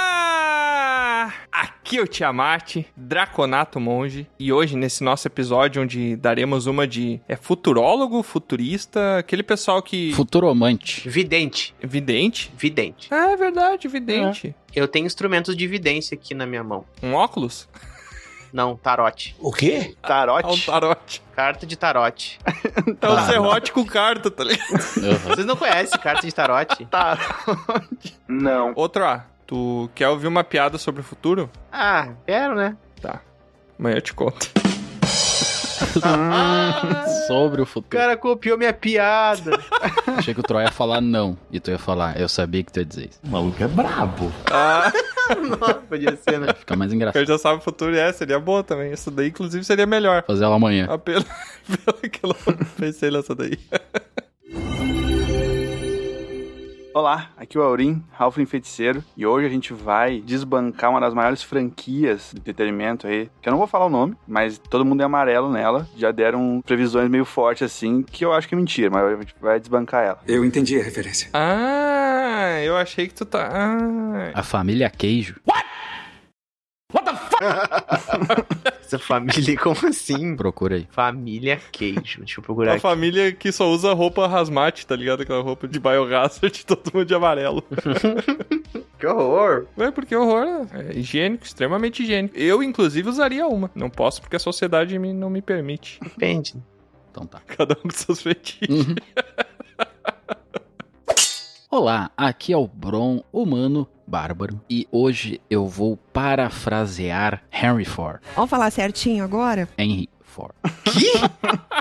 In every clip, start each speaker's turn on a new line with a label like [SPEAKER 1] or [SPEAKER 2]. [SPEAKER 1] Olá! Aqui é o Tiamat, Draconato Monge, e hoje nesse nosso episódio onde daremos uma de é futurólogo, futurista, aquele pessoal que
[SPEAKER 2] Futuromante.
[SPEAKER 3] Vidente,
[SPEAKER 1] vidente.
[SPEAKER 3] vidente.
[SPEAKER 1] Ah, é verdade, vidente.
[SPEAKER 3] Eu tenho instrumentos de vidência aqui na minha mão.
[SPEAKER 1] Um óculos?
[SPEAKER 3] Não, tarote.
[SPEAKER 4] O quê?
[SPEAKER 1] É um
[SPEAKER 3] Tarote?
[SPEAKER 1] tarote.
[SPEAKER 3] Carta de tarote.
[SPEAKER 1] É um serrote com carta, tá ligado?
[SPEAKER 2] Uhum.
[SPEAKER 3] Vocês não conhecem carta de tarote?
[SPEAKER 5] Não.
[SPEAKER 1] Outro A, tu quer ouvir uma piada sobre o futuro?
[SPEAKER 3] Ah, quero, né?
[SPEAKER 1] Amanhã eu te conto.
[SPEAKER 3] Ah.
[SPEAKER 2] Sobre o
[SPEAKER 3] O
[SPEAKER 2] futuro.
[SPEAKER 3] cara copiou minha piada.
[SPEAKER 2] Achei que o Troy ia falar não. E tu ia falar, eu sabia que tu ia dizer isso.
[SPEAKER 4] O maluco é brabo.
[SPEAKER 1] Ah,
[SPEAKER 3] Nossa, podia ser, né?
[SPEAKER 2] Fica mais engraçado.
[SPEAKER 1] eu já sabe o futuro, é, seria boa também. Isso daí, inclusive, seria melhor.
[SPEAKER 2] Fazer ela amanhã.
[SPEAKER 1] Ah, pela, pela que eu pensei nessa daí.
[SPEAKER 5] Olá, aqui é o Aurim, Halfling Feiticeiro, e hoje a gente vai desbancar uma das maiores franquias de entretenimento aí, que eu não vou falar o nome, mas todo mundo é amarelo nela, já deram previsões meio fortes assim, que eu acho que é mentira, mas a gente vai desbancar ela.
[SPEAKER 6] Eu entendi a referência.
[SPEAKER 1] Ah, eu achei que tu tá. Ah,
[SPEAKER 2] A família Queijo
[SPEAKER 3] Essa família, como assim?
[SPEAKER 2] procura aí.
[SPEAKER 3] Família queijo. Deixa eu
[SPEAKER 1] a
[SPEAKER 3] procurar aqui.
[SPEAKER 1] família que só usa roupa hazmat, tá ligado? Aquela roupa de biohazard, de todo mundo de amarelo.
[SPEAKER 3] Que horror.
[SPEAKER 1] Ué, porque horror é higiênico, extremamente higiênico. Eu, inclusive, usaria uma. Não posso porque a sociedade me- não me permite.
[SPEAKER 3] Depende.
[SPEAKER 2] Então tá.
[SPEAKER 1] Cada um com seus feitiços.
[SPEAKER 2] Uhum. Olá, aqui é o Bron, humano bárbaro, e hoje eu vou parafrasear Henry Ford.
[SPEAKER 7] Vamos falar certinho agora?
[SPEAKER 2] Henry Ford.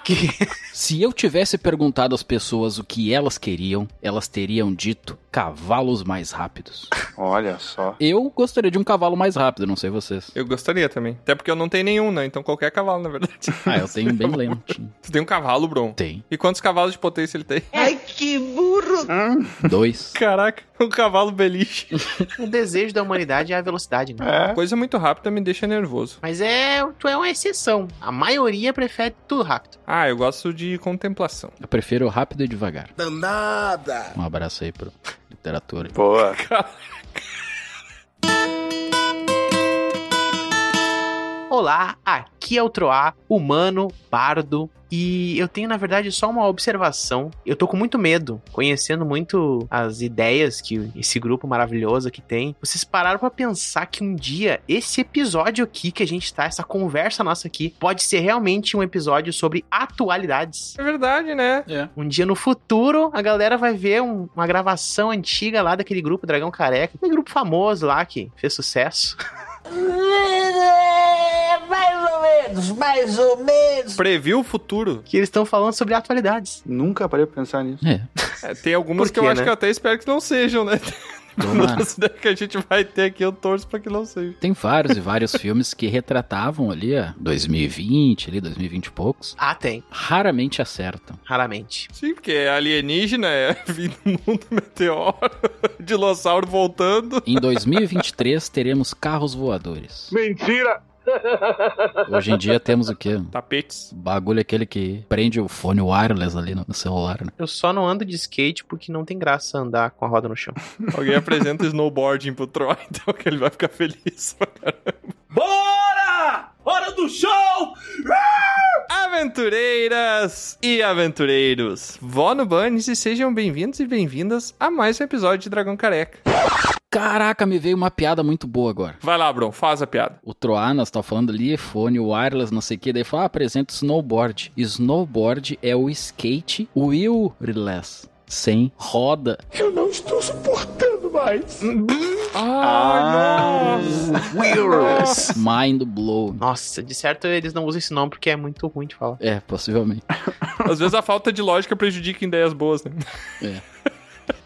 [SPEAKER 3] Que-
[SPEAKER 2] Se eu tivesse perguntado às pessoas o que elas queriam, elas teriam dito cavalos mais rápidos.
[SPEAKER 5] Olha só.
[SPEAKER 2] Eu gostaria de um cavalo mais rápido, não sei vocês.
[SPEAKER 1] Eu gostaria também. Até porque eu não tenho nenhum, né? Então qualquer cavalo, na verdade.
[SPEAKER 2] Ah, eu tenho um bem lentinho.
[SPEAKER 1] Tu tem um cavalo, Bron.
[SPEAKER 2] Tem.
[SPEAKER 1] E quantos cavalos de potência ele tem?
[SPEAKER 2] Dois.
[SPEAKER 1] Caraca, um cavalo beliche.
[SPEAKER 3] O desejo da humanidade é a velocidade, né?
[SPEAKER 5] É.
[SPEAKER 1] Coisa muito rápida me deixa nervoso.
[SPEAKER 3] Mas é, tu é uma exceção. A maioria prefere tudo rápido.
[SPEAKER 1] Ah, eu gosto de contemplação.
[SPEAKER 2] Eu prefiro rápido e devagar.
[SPEAKER 4] Danada!
[SPEAKER 2] Um abraço aí pro literatura.
[SPEAKER 5] Boa.
[SPEAKER 3] Olá, aqui é o Troá, humano, bardo. E eu tenho, na verdade, só uma observação. Eu tô com muito medo, conhecendo muito as ideias que esse grupo maravilhoso aqui tem. Vocês pararam pra pensar que um dia esse episódio aqui que a gente tá, essa conversa nossa aqui, pode ser realmente um episódio sobre atualidades.
[SPEAKER 1] É verdade, né?
[SPEAKER 3] Um dia no futuro, a galera vai ver um- uma gravação antiga lá daquele grupo Dragão Careca, aquele grupo famoso lá que fez sucesso.
[SPEAKER 1] Previu o futuro.
[SPEAKER 3] Que eles estão falando sobre atualidades.
[SPEAKER 5] Nunca parei pra pensar nisso.
[SPEAKER 2] É,
[SPEAKER 1] É, tem algumas
[SPEAKER 3] Por
[SPEAKER 1] que eu
[SPEAKER 3] quê,
[SPEAKER 1] acho
[SPEAKER 3] né?
[SPEAKER 1] que eu até espero que não sejam, né?
[SPEAKER 2] tomara.
[SPEAKER 1] As ideias que a gente vai ter aqui, eu torço pra que não seja.
[SPEAKER 2] Tem vários e vários filmes que retratavam ali, ó, 2020, ali, 2020 e poucos.
[SPEAKER 3] Ah, tem.
[SPEAKER 2] Raramente acertam.
[SPEAKER 3] Raramente.
[SPEAKER 1] Sim, porque é alienígena, é vindo do mundo meteoro, dinossauro voltando.
[SPEAKER 2] Em 2023 teremos carros voadores.
[SPEAKER 4] Mentira!
[SPEAKER 2] Hoje em dia temos o quê?
[SPEAKER 1] Tapetes.
[SPEAKER 2] Bagulho aquele que prende o fone wireless ali no no celular, né?
[SPEAKER 3] Eu só não ando de skate porque não tem graça andar com a roda no chão.
[SPEAKER 1] Alguém apresenta snowboarding pro Troy, então que ele vai ficar feliz.
[SPEAKER 4] Bora! Hora do show! Ah!
[SPEAKER 1] Aventureiras e aventureiros, vó no Bunnies e sejam bem-vindos e bem-vindas a mais um episódio de Dragão Careca.
[SPEAKER 2] Caraca, me veio uma piada muito boa agora.
[SPEAKER 1] Vai lá, Bron, faz a piada.
[SPEAKER 2] O Troanas tá falando ali, fone, wireless, não sei o que. Daí fala, ah, apresenta o snowboard. Snowboard é o skate wireless. Sem roda.
[SPEAKER 1] Ah, nossa!
[SPEAKER 4] Wireless!
[SPEAKER 2] Mind blow.
[SPEAKER 3] Nossa, de certo eles não usam esse nome porque é muito ruim de falar.
[SPEAKER 2] É, possivelmente.
[SPEAKER 1] Às vezes a falta de lógica prejudica ideias boas, né?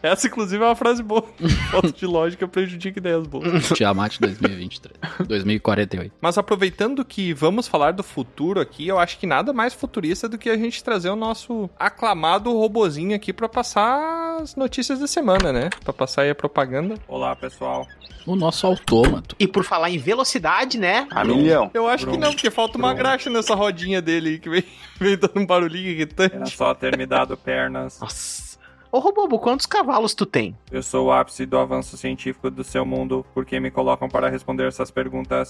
[SPEAKER 1] Essa, inclusive, é uma frase boa. Falta de lógica prejudica ideias boas.
[SPEAKER 2] Tiamat 2023. 2048.
[SPEAKER 1] Mas aproveitando que vamos falar do futuro aqui, eu acho que nada mais futurista do que a gente trazer o nosso aclamado robozinho aqui pra passar as notícias da semana, né? Pra passar aí a propaganda.
[SPEAKER 6] Olá, pessoal.
[SPEAKER 2] O nosso autômato.
[SPEAKER 3] E por falar em velocidade, né?
[SPEAKER 5] A milhão.
[SPEAKER 1] Eu acho que não, porque falta uma graxa nessa rodinha dele que vem, vem dando um barulhinho
[SPEAKER 6] Era
[SPEAKER 1] irritante.
[SPEAKER 6] É só ter me dado pernas.
[SPEAKER 3] Nossa. Ô, Robobo, quantos cavalos tu tem?
[SPEAKER 6] Eu sou o ápice do avanço científico do seu mundo, porque me colocam para responder essas perguntas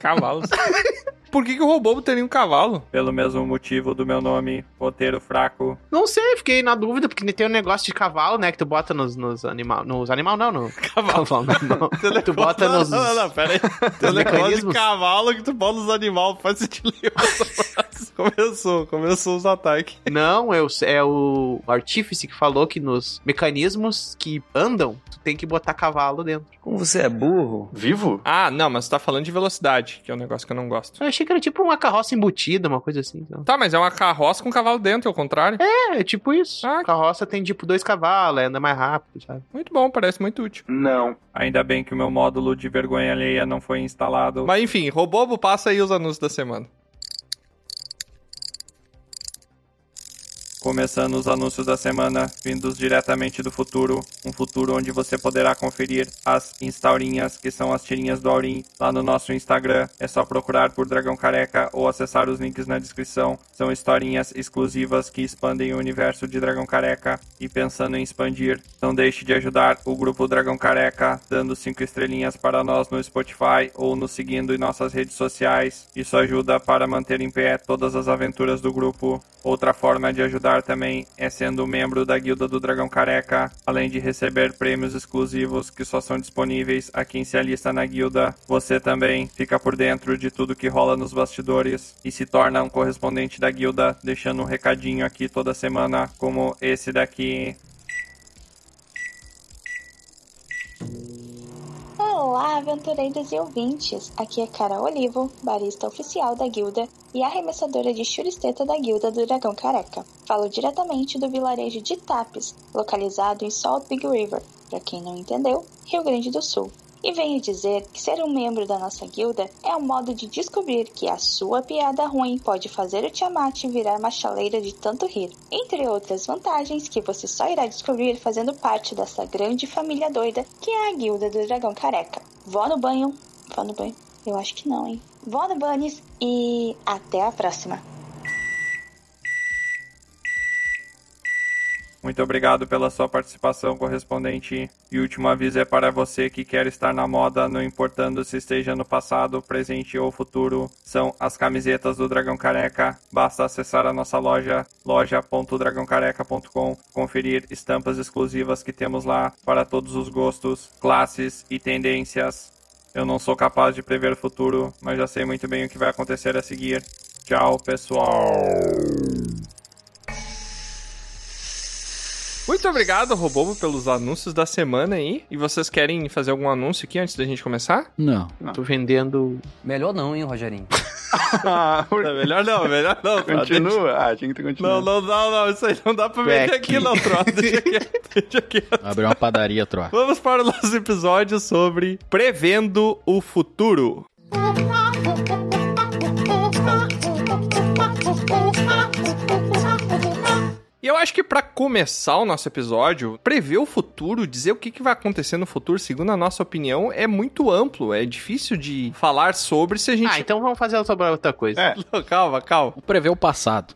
[SPEAKER 1] Cavalos. Por que, que o Robobo teria um cavalo?
[SPEAKER 6] pelo mesmo motivo do meu nome, roteiro fraco.
[SPEAKER 3] Não sei, fiquei na dúvida, porque tem um negócio de cavalo, né? Que tu bota nos, nos animal... Nos animal não, no...
[SPEAKER 1] Cavalo.
[SPEAKER 3] Cavalo, não. tu bota
[SPEAKER 1] não,
[SPEAKER 3] nos...
[SPEAKER 1] Não, não, não, pera aí. Tem um negócio
[SPEAKER 3] nos
[SPEAKER 1] de
[SPEAKER 3] mecanismos.
[SPEAKER 1] cavalo que tu bola os animais, faz sentido nenhum essa frase. Começou, começou os ataques.
[SPEAKER 3] Não, é o, é o artífice que falou que nos mecanismos que andam, tu tem que botar cavalo dentro.
[SPEAKER 7] Como você é burro?
[SPEAKER 5] Vivo?
[SPEAKER 1] Ah, não, mas tu tá falando de velocidade, que é um negócio que eu não gosto.
[SPEAKER 3] Eu achei que era tipo uma carroça embutida, uma coisa assim. Então.
[SPEAKER 1] Tá, mas é uma carroça com um cavalo dentro, ao contrário. É.
[SPEAKER 3] É, é tipo isso.
[SPEAKER 1] Ah.
[SPEAKER 3] A carroça tem tipo dois cavalos, aí anda mais rápido, sabe?
[SPEAKER 1] Muito bom, parece muito útil.
[SPEAKER 3] Hum.
[SPEAKER 5] Não.
[SPEAKER 6] Ainda bem que o meu módulo de vergonha alheia não foi instalado.
[SPEAKER 1] Mas enfim, Robobo passa aí os anúncios da semana.
[SPEAKER 6] Começando os anúncios da semana, vindos diretamente do futuro. Um futuro onde você poderá conferir as instaurinhas, que são as tirinhas do Aurim, lá no nosso Instagram. É só procurar por Dragão Careca ou acessar os links na descrição. São historinhas exclusivas que expandem o universo de Dragão Careca. E pensando em expandir, não deixe de ajudar o grupo Dragão Careca, dando cinco estrelinhas para nós no Spotify ou nos seguindo em nossas redes sociais. Isso ajuda para manter em pé todas as aventuras do grupo. Outra forma de ajudar também é sendo membro da Guilda do Dragão Careca, além de receber prêmios exclusivos que só são disponíveis a quem se alista na guilda. Você também fica por dentro de tudo que rola nos bastidores e se torna um correspondente da guilda, deixando um recadinho aqui toda semana, como esse daqui.
[SPEAKER 8] Olá, aventureiros e ouvintes! Aqui é Cara Olivo, barista oficial da guilda e arremessadora de churisteta da guilda do Dragão Careca. Falo diretamente do vilarejo de Tapes, localizado em Salt Big River, para quem não entendeu, Rio Grande do Sul. E venho dizer que ser um membro da nossa guilda é um modo de descobrir que a sua piada ruim pode fazer o Tiamat virar uma chaleira de tanto rir, entre outras vantagens que você só irá descobrir fazendo parte dessa grande família doida que é a guilda do dragão careca. Vó no banho. Vó no banho? Eu acho que não, hein? Vó no Bunnies e até a próxima!
[SPEAKER 6] Muito obrigado pela sua participação correspondente. E último aviso é para você que quer estar na moda, não importando se esteja no passado, presente ou futuro. São as camisetas do Dragão Careca. Basta acessar a nossa loja, loja.dragãocareca.com, conferir estampas exclusivas que temos lá para todos os gostos, classes e tendências. Eu não sou capaz de prever o futuro, mas já sei muito bem o que vai acontecer a seguir. Tchau, pessoal!
[SPEAKER 1] Muito obrigado, Robobo, pelos anúncios da semana aí. E vocês querem fazer algum anúncio aqui antes da gente começar?
[SPEAKER 2] Não.
[SPEAKER 3] Tô vendendo...
[SPEAKER 7] Melhor não, hein, Rogerinho?
[SPEAKER 1] Tá
[SPEAKER 5] Ah, por-
[SPEAKER 1] melhor não, melhor não.
[SPEAKER 5] Continua? Ah, tinha que ter
[SPEAKER 1] Não,
[SPEAKER 5] continuado.
[SPEAKER 1] não, não, não. Isso aí não dá pra
[SPEAKER 3] Back.
[SPEAKER 1] vender aqui, não, troca. Deixa quieto, deixa quieto.
[SPEAKER 2] Abriu uma padaria, troca.
[SPEAKER 1] Vamos para o nosso episódio sobre Prevendo o Futuro. E eu acho que pra começar o nosso episódio, prever o futuro, dizer o que, que vai acontecer no futuro, segundo a nossa opinião, é muito amplo. É difícil de falar sobre se a gente.
[SPEAKER 3] Ah, então vamos fazer sobre outra coisa.
[SPEAKER 5] É.
[SPEAKER 1] Não, calma, calma.
[SPEAKER 2] Vou prever o passado.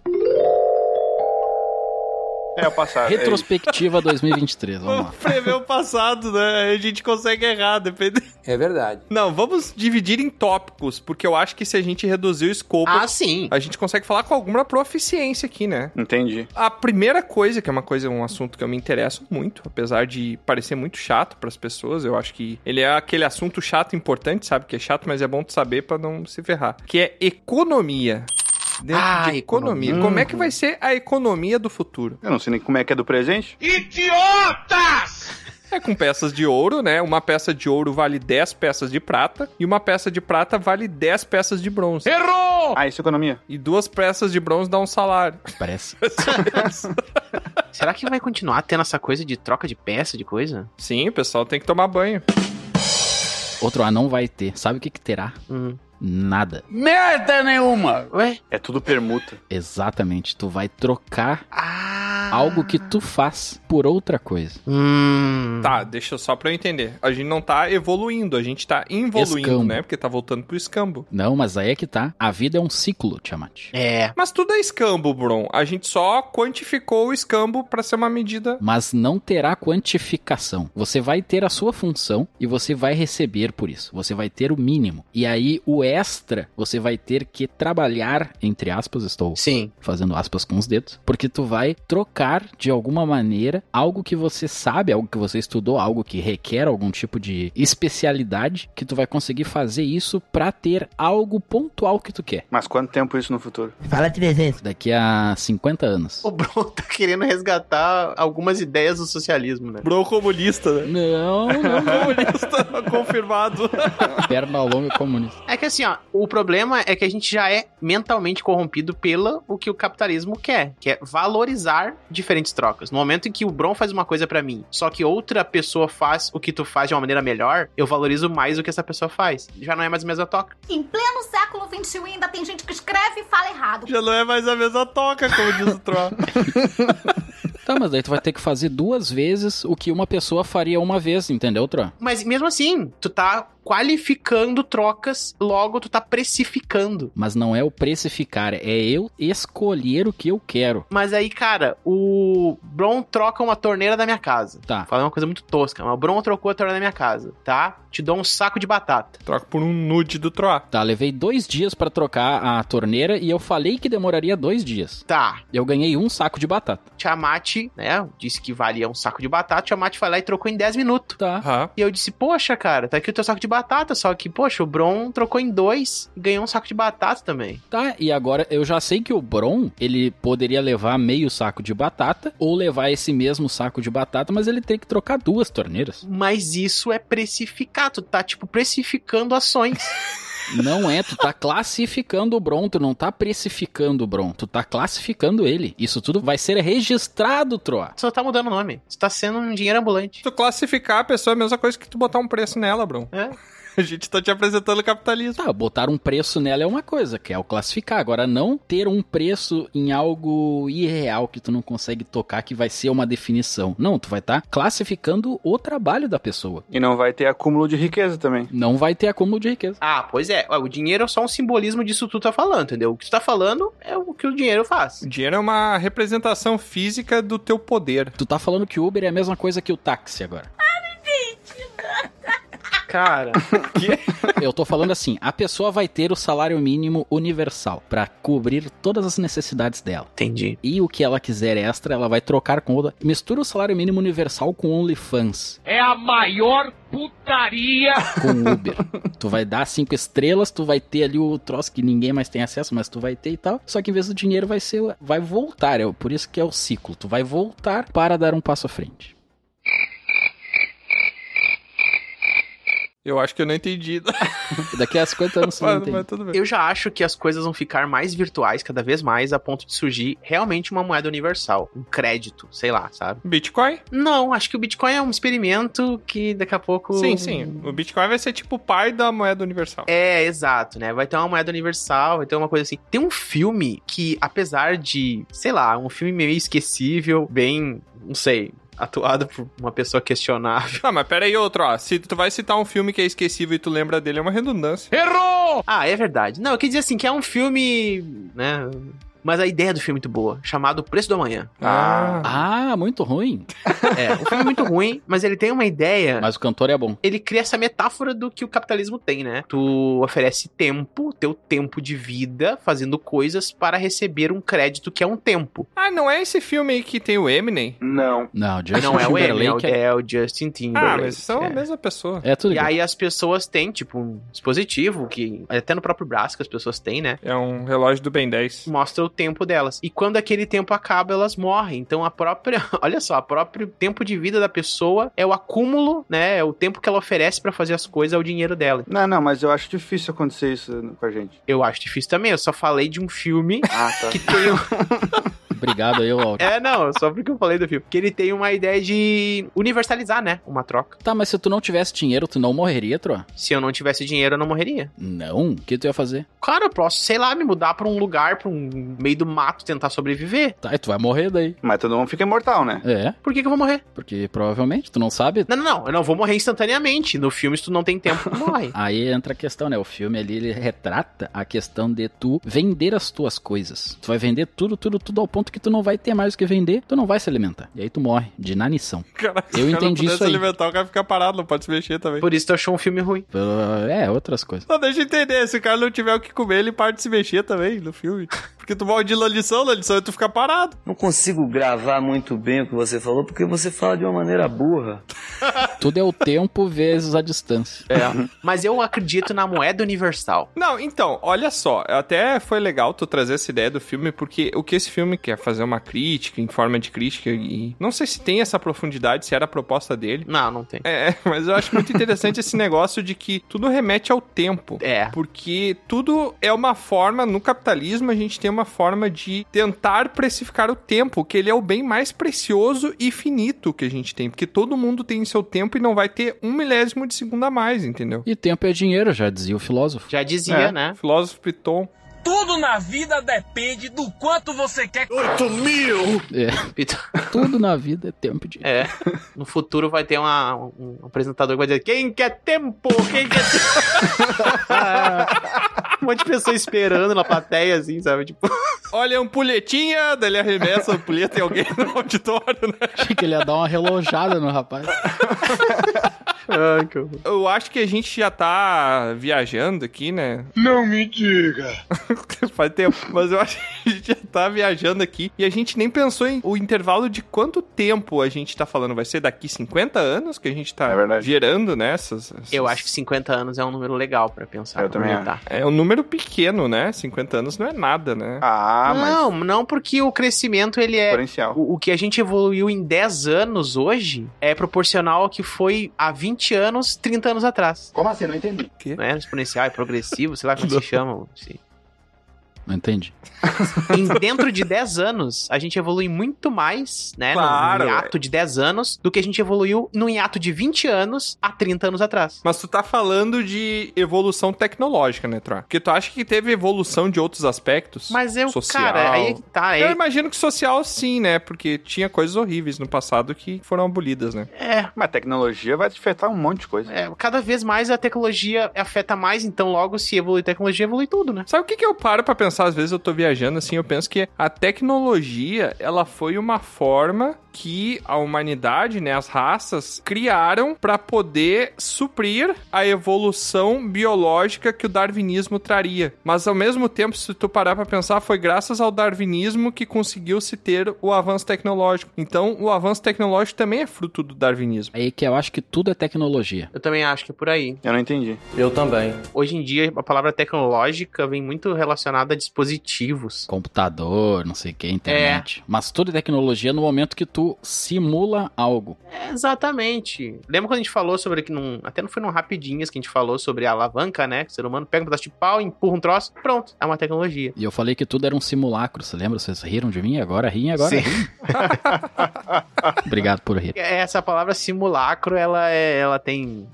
[SPEAKER 5] É, o passado.
[SPEAKER 2] Retrospectiva 2023, vamos lá.
[SPEAKER 1] Vamos prever o passado, né? A gente consegue errar, depende.
[SPEAKER 7] É verdade.
[SPEAKER 1] Não, vamos dividir em tópicos, porque eu acho que se a gente reduzir o escopo,
[SPEAKER 3] Ah, sim.
[SPEAKER 1] a gente consegue falar com alguma proficiência aqui, né?
[SPEAKER 5] É, Entendi.
[SPEAKER 1] A primeira coisa, que é uma coisa, um assunto que eu me interesso muito, apesar de parecer muito chato pras pessoas, eu acho que ele é aquele assunto chato importante, sabe? Que é chato, mas é bom tu saber pra não se ferrar. Que é economia. Dentro
[SPEAKER 3] Ah,
[SPEAKER 1] de economia.
[SPEAKER 5] economia.
[SPEAKER 1] Como é que vai ser a economia do futuro?
[SPEAKER 5] Eu não sei nem como é que é do presente.
[SPEAKER 1] É com peças de ouro, né? Uma peça de ouro vale 10 peças de prata e uma peça de prata vale 10 peças de bronze.
[SPEAKER 5] Ah, isso é economia.
[SPEAKER 1] E duas peças de bronze dá um salário.
[SPEAKER 2] Parece.
[SPEAKER 3] Será que vai continuar tendo essa coisa de troca de peça, de coisa?
[SPEAKER 1] Sim, o pessoal tem que tomar banho.
[SPEAKER 2] Outro anão vai ter. Sabe o que que terá?
[SPEAKER 3] Hum.
[SPEAKER 2] Nada.
[SPEAKER 4] Merda nenhuma!
[SPEAKER 3] Ué?
[SPEAKER 5] É tudo permuta.
[SPEAKER 2] Exatamente. Tu vai trocar
[SPEAKER 3] Ah,
[SPEAKER 2] Algo que tu faz por outra coisa.
[SPEAKER 3] Hum.
[SPEAKER 2] Uhum.
[SPEAKER 1] Tá, deixa só pra eu entender. A gente não tá evoluindo, a gente tá involuindo,
[SPEAKER 2] Escambo.
[SPEAKER 1] né? Porque tá voltando pro escambo.
[SPEAKER 2] Não, mas aí é que tá. A vida é um ciclo, Tiamat.
[SPEAKER 3] É.
[SPEAKER 1] Mas tudo é escambo, Bron. A gente só quantificou o escambo pra ser uma medida.
[SPEAKER 2] Mas não terá quantificação. Você vai ter a sua função e você vai receber por isso. Você vai ter o mínimo. E aí o extra você vai ter que trabalhar, entre aspas, estou
[SPEAKER 3] Sim.
[SPEAKER 2] fazendo aspas com os dedos, porque tu vai trocar de alguma maneira algo que você sabe, algo que você estudou, algo que requer algum tipo de especialidade, que tu vai conseguir fazer isso pra ter algo pontual que tu quer.
[SPEAKER 5] Mas quanto tempo isso no futuro?
[SPEAKER 4] Fala 300.
[SPEAKER 2] Daqui a 50 anos.
[SPEAKER 3] O Bruno tá querendo resgatar algumas ideias do socialismo, né?
[SPEAKER 1] Bron comunista, né?
[SPEAKER 2] Não, não,
[SPEAKER 1] comunista confirmado.
[SPEAKER 2] Pernalonga comunista.
[SPEAKER 3] É que assim, ó, o problema é que a gente já é mentalmente corrompido pela o que o capitalismo quer, que é valorizar diferentes trocas. No momento em que o Bron faz uma coisa pra mim, só que outra pessoa faz o que tu faz de uma maneira melhor, eu valorizo mais o que essa pessoa faz. Já não é mais a mesma toca.
[SPEAKER 9] Em pleno século XXI ainda tem gente que escreve e fala errado.
[SPEAKER 1] Já não é mais a mesma toca, como diz o Tron.
[SPEAKER 2] Tá, mas daí tu vai ter que fazer duas vezes o que uma pessoa faria uma vez, entendeu, Tro?
[SPEAKER 3] Mas mesmo assim, tu tá qualificando trocas, logo tu tá precificando.
[SPEAKER 2] Mas não é o precificar, é eu escolher o que eu quero.
[SPEAKER 3] Mas aí, cara, o Bron troca uma torneira da minha casa.
[SPEAKER 2] Tá.
[SPEAKER 3] Falei uma coisa muito tosca, mas o Bron trocou a torneira da minha casa, tá? Te dou um saco de batata.
[SPEAKER 1] Troca por um nude do Troá.
[SPEAKER 2] Tá, levei dois dias pra trocar a torneira e eu falei que demoraria dois dias.
[SPEAKER 3] Tá.
[SPEAKER 2] Eu ganhei um saco de batata.
[SPEAKER 3] Tiamat, né? Disse que valia um saco de batata. Tiamat foi lá e trocou em 10 minutos.
[SPEAKER 2] Tá.
[SPEAKER 1] Aham.
[SPEAKER 3] E eu disse, poxa, cara, tá aqui o teu saco de batata. Só que, poxa, o Bron trocou em dois e ganhou um saco de batata também.
[SPEAKER 2] Tá, e agora eu já sei que o Bron, ele poderia levar meio saco de batata ou levar esse mesmo saco de batata, mas ele tem que trocar duas torneiras.
[SPEAKER 3] Mas isso é precificar. Tu tá, tipo, precificando ações.
[SPEAKER 2] Não é, tu tá classificando o Bron, tu não tá precificando o Bron, tu tá classificando ele. Isso tudo vai ser registrado, Troa.
[SPEAKER 3] Tu só tá mudando o nome. Tu tá sendo um dinheiro ambulante.
[SPEAKER 1] Tu classificar a pessoa é a mesma coisa que tu botar um preço nela, Bron.
[SPEAKER 3] É.
[SPEAKER 1] A gente tá te apresentando o capitalismo.
[SPEAKER 2] Tá, botar um preço nela é uma coisa, que é o classificar. Agora, não ter um preço em algo irreal que tu não consegue tocar, que vai ser uma definição. Não, tu vai estar classificando o trabalho da pessoa.
[SPEAKER 5] E não vai ter acúmulo de riqueza também.
[SPEAKER 2] Não vai ter acúmulo de riqueza.
[SPEAKER 3] Ah, pois é. Ó, O dinheiro é só um simbolismo disso que tu tá falando, entendeu? O que tu tá falando é o que o dinheiro faz.
[SPEAKER 1] O dinheiro é uma representação física do teu poder.
[SPEAKER 2] Tu tá falando que o Uber é a mesma coisa que o táxi agora.
[SPEAKER 3] Cara,
[SPEAKER 2] Eu tô falando assim, a pessoa vai ter o salário mínimo universal pra cobrir todas as necessidades dela.
[SPEAKER 3] entendi.
[SPEAKER 2] E o que ela quiser extra, ela vai trocar com outra. Mistura o salário mínimo universal com OnlyFans. É a maior putaria! Com Uber. tu vai dar cinco estrelas, tu vai ter ali o troço que ninguém mais tem acesso, mas tu vai ter e tal. Só que em vez do dinheiro vai ser. Vai voltar. É, por isso que é o ciclo. Tu vai voltar para dar um passo à frente.
[SPEAKER 1] Eu acho que eu não entendi.
[SPEAKER 2] Daqui a 50 anos você não
[SPEAKER 1] Mas,
[SPEAKER 2] tem.
[SPEAKER 1] mas tudo bem.
[SPEAKER 3] Eu já acho que as coisas vão ficar mais virtuais cada vez mais a ponto de surgir realmente uma moeda universal, um crédito, sei lá, sabe?
[SPEAKER 1] Bitcoin?
[SPEAKER 3] Não, acho que o Bitcoin é um experimento que daqui a
[SPEAKER 2] Tipo,
[SPEAKER 3] pouco.
[SPEAKER 1] Sim, sim. O Bitcoin vai ser tipo o pai da moeda universal.
[SPEAKER 3] É, exato, né? Vai ter uma moeda universal, vai ter uma coisa assim. Tem um filme que, apesar de, sei lá, um filme meio esquecível, bem, não sei, atuado por uma pessoa questionável.
[SPEAKER 1] Não, Ah, mas pera aí, outro, ó. Se tu vai citar um filme que é esquecível e tu lembra dele, é uma redundância. Oh.
[SPEAKER 3] Ah, é verdade. Não, eu queria dizer assim, que é um filme, né? Mas a ideia do filme é muito boa, chamado O Preço do Amanhã.
[SPEAKER 1] Ah.
[SPEAKER 2] Ah, muito ruim.
[SPEAKER 3] É, o filme é muito ruim, mas ele tem uma ideia.
[SPEAKER 2] Mas o cantor é bom.
[SPEAKER 3] ele cria essa metáfora do que o capitalismo tem, né? Tu oferece tempo, teu tempo de vida, fazendo coisas para receber um crédito que é um tempo.
[SPEAKER 1] Ah, não é esse filme aí que tem o Eminem?
[SPEAKER 5] Não.
[SPEAKER 2] Não, o Justin
[SPEAKER 3] não é o M, é o,
[SPEAKER 2] Timberlake é...
[SPEAKER 3] é o Justin
[SPEAKER 1] Ah,
[SPEAKER 3] Timberlake.
[SPEAKER 1] mas são
[SPEAKER 3] é.
[SPEAKER 1] a mesma pessoa.
[SPEAKER 2] É tudo
[SPEAKER 3] E
[SPEAKER 2] igual.
[SPEAKER 3] aí as pessoas têm, tipo, um dispositivo que até no próprio braço que as pessoas têm, né?
[SPEAKER 1] É um relógio do Ben 10.
[SPEAKER 3] Mostra o tempo delas. E quando aquele tempo acaba, elas morrem. Então a própria, olha só, o próprio tempo de vida da pessoa é o acúmulo, né? É o tempo que ela oferece para fazer as coisas, é o dinheiro dela.
[SPEAKER 5] Não, não, mas eu acho difícil acontecer isso com a gente.
[SPEAKER 3] Eu acho difícil também. Eu só falei de um filme
[SPEAKER 5] Ah, tá.
[SPEAKER 3] que tem um-
[SPEAKER 2] Obrigado aí, Walter.
[SPEAKER 3] É, não, só porque eu falei do filme. Que ele tem uma ideia de universalizar, né? Uma troca.
[SPEAKER 2] Tá, mas se tu não tivesse dinheiro, tu não morreria, Tro?
[SPEAKER 3] Se eu não tivesse dinheiro, eu não morreria.
[SPEAKER 2] Não. O que tu ia fazer?
[SPEAKER 3] Cara, eu posso, sei lá, me mudar pra um lugar, pra um meio do mato, tentar sobreviver.
[SPEAKER 2] Tá, e tu vai morrer daí.
[SPEAKER 5] Mas todo mundo fica imortal, né?
[SPEAKER 2] É,
[SPEAKER 3] Por que, que eu vou morrer?
[SPEAKER 2] porque provavelmente tu não sabe.
[SPEAKER 3] Não, não, não. Eu não vou morrer instantaneamente. No filme, se tu não tem tempo, tu morre.
[SPEAKER 2] Aí entra a questão, né? O filme ali, ele retrata a questão de tu vender as tuas coisas. Tu vai vender tudo, tudo, tudo ao ponto que tu não vai ter mais o que vender, tu não vai se alimentar. E aí tu morre, de inanição.
[SPEAKER 1] Cara,
[SPEAKER 2] Eu
[SPEAKER 1] se o cara não
[SPEAKER 2] entendi
[SPEAKER 1] puder
[SPEAKER 2] isso
[SPEAKER 1] se
[SPEAKER 2] aí.
[SPEAKER 1] alimentar, o cara fica parado, não pode se mexer também.
[SPEAKER 3] Por isso tu achou um filme ruim.
[SPEAKER 2] Pelo- É, outras coisas.
[SPEAKER 1] Não, deixa eu entender. Se o cara não tiver o que comer, ele para de se mexer também no filme. Porque tu mal de lolição, lolição, e é tu fica parado.
[SPEAKER 7] Não consigo gravar muito bem o que você falou, porque você fala de uma maneira burra.
[SPEAKER 2] Tudo é o tempo vezes a distância.
[SPEAKER 3] Mas eu acredito na moeda universal.
[SPEAKER 1] Não, então, olha só. Até foi legal tu trazer essa ideia do filme, porque o que esse filme quer fazer uma crítica, em forma de crítica, e não sei se tem essa profundidade, se era a proposta dele.
[SPEAKER 3] Não, não tem.
[SPEAKER 1] É, é, mas eu acho muito interessante esse negócio de que tudo remete ao tempo.
[SPEAKER 3] É.
[SPEAKER 1] Porque tudo é uma forma, no capitalismo, a gente tem uma forma de tentar precificar o tempo, que ele é o bem mais precioso e finito que a gente tem. Porque todo mundo tem seu tempo e não vai ter um milésimo de segundo a mais, entendeu?
[SPEAKER 2] E tempo é dinheiro, já dizia o filósofo.
[SPEAKER 3] Já dizia,
[SPEAKER 5] É.
[SPEAKER 3] né?
[SPEAKER 1] O filósofo Piton.
[SPEAKER 4] Tudo na vida depende do quanto você quer. Oito mil!
[SPEAKER 3] Pito.
[SPEAKER 2] Tudo na vida é tempo de.
[SPEAKER 3] É. No futuro vai ter uma- um apresentador que vai dizer: Quem quer tempo? Quem quer tempo? um monte de pessoa esperando na plateia, assim, sabe? Tipo,
[SPEAKER 1] Olha, ampulhetinha, daí ele arremessa a ampulheta em alguém no auditório, né?
[SPEAKER 2] Achei que ele ia dar uma relojada no rapaz.
[SPEAKER 3] ai, que horror.
[SPEAKER 1] Eu acho que a gente já tá viajando aqui, né?
[SPEAKER 4] Não me diga!
[SPEAKER 1] Faz tempo, mas eu acho que a gente já tá viajando aqui e a gente nem pensou em o intervalo de quanto tempo a gente tá falando. Vai ser daqui 50 anos que a gente tá
[SPEAKER 5] É verdade.
[SPEAKER 1] gerando, né? Essas, essas-
[SPEAKER 3] eu acho que 50 anos é um número legal pra pensar.
[SPEAKER 5] Eu
[SPEAKER 3] pra
[SPEAKER 5] também
[SPEAKER 3] aumentar.
[SPEAKER 1] É um número pequeno, né? 50 anos não é nada, né?
[SPEAKER 5] Ah, mas
[SPEAKER 3] não, não porque o crescimento ele é
[SPEAKER 5] exponencial.
[SPEAKER 3] O, o que a gente evoluiu em 10 anos hoje é proporcional ao que foi há 20 anos, 30 anos atrás.
[SPEAKER 4] Como assim? Não entendi.
[SPEAKER 3] Não é exponencial, é progressivo, sei lá como se chama. se-
[SPEAKER 2] Não entendi.
[SPEAKER 3] Em dentro de 10 anos, a gente evolui muito mais, né?
[SPEAKER 1] Claro,
[SPEAKER 3] num hiato de 10 anos, do que a gente evoluiu num hiato de 20 anos há 30 anos atrás.
[SPEAKER 1] Mas tu tá falando de evolução tecnológica, né, Tra? Porque tu acha que teve evolução de outros aspectos?
[SPEAKER 3] Mas eu,
[SPEAKER 1] Social.
[SPEAKER 3] cara, aí é que tá.
[SPEAKER 1] Eu
[SPEAKER 3] Aí,
[SPEAKER 1] imagino que social sim, né? Porque tinha coisas horríveis no passado que foram abolidas, né?
[SPEAKER 3] é,
[SPEAKER 5] Mas tecnologia vai te afetar um monte de coisa.
[SPEAKER 3] é, cada vez mais a tecnologia afeta mais, então logo se evoluir tecnologia, evolui tudo, né?
[SPEAKER 1] Sabe o que, que eu paro pra pensar? Às vezes eu tô viajando assim, eu penso que a tecnologia, ela foi uma forma que a humanidade, né, as raças, criaram pra poder suprir a evolução biológica que o darwinismo traria. Mas ao mesmo tempo, se tu parar pra pensar, foi graças ao darwinismo que conseguiu se ter o avanço tecnológico. Então, o avanço tecnológico também é fruto do darwinismo.
[SPEAKER 2] Aí que eu acho que tudo é tecnologia.
[SPEAKER 3] Eu também acho que é por aí.
[SPEAKER 5] Eu não entendi.
[SPEAKER 7] Eu também.
[SPEAKER 3] Hoje em dia, a palavra tecnológica vem muito relacionada a dispositivos.
[SPEAKER 2] Computador, não sei o que, internet. Mas tudo é tecnologia no momento que tu simula algo.
[SPEAKER 3] É, exatamente. Lembra quando a gente falou sobre que num. Até não foi num rapidinhas que a gente falou sobre a alavanca, né? Que o ser humano pega um pedaço de pau, empurra um troço, pronto. É uma tecnologia.
[SPEAKER 2] E eu falei que tudo era um simulacro, você lembra? Vocês riram de mim? Agora riem, agora
[SPEAKER 3] Sim.
[SPEAKER 2] riem. Obrigado por rir.
[SPEAKER 3] É, Essa palavra simulacro, ela é. Ela tem.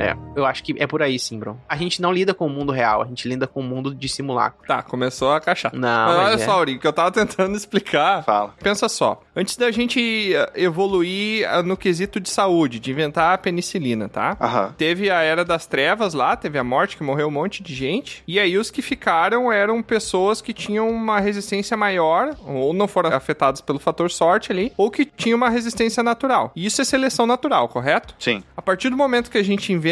[SPEAKER 3] É, eu acho que é por aí sim, bro. A gente não lida com o mundo real, a gente lida com o mundo de simulacro.
[SPEAKER 1] Tá, começou a cachar.
[SPEAKER 3] Não,
[SPEAKER 1] Mas
[SPEAKER 3] mas
[SPEAKER 1] olha
[SPEAKER 3] é.
[SPEAKER 1] só, Aurinho, que eu tava tentando explicar
[SPEAKER 5] Fala.
[SPEAKER 1] Pensa só, antes da gente eh, evoluir ah, no quesito de saúde, de inventar a penicilina, tá?
[SPEAKER 5] Aham.
[SPEAKER 1] Teve a Era das Trevas lá, teve a morte, que morreu um monte de gente. E aí os que ficaram eram pessoas que tinham uma resistência maior, ou não foram afetados pelo fator sorte ali, ou que tinham uma resistência natural. E isso é seleção natural, correto?
[SPEAKER 5] Sim.
[SPEAKER 1] A partir do momento que a gente inventa,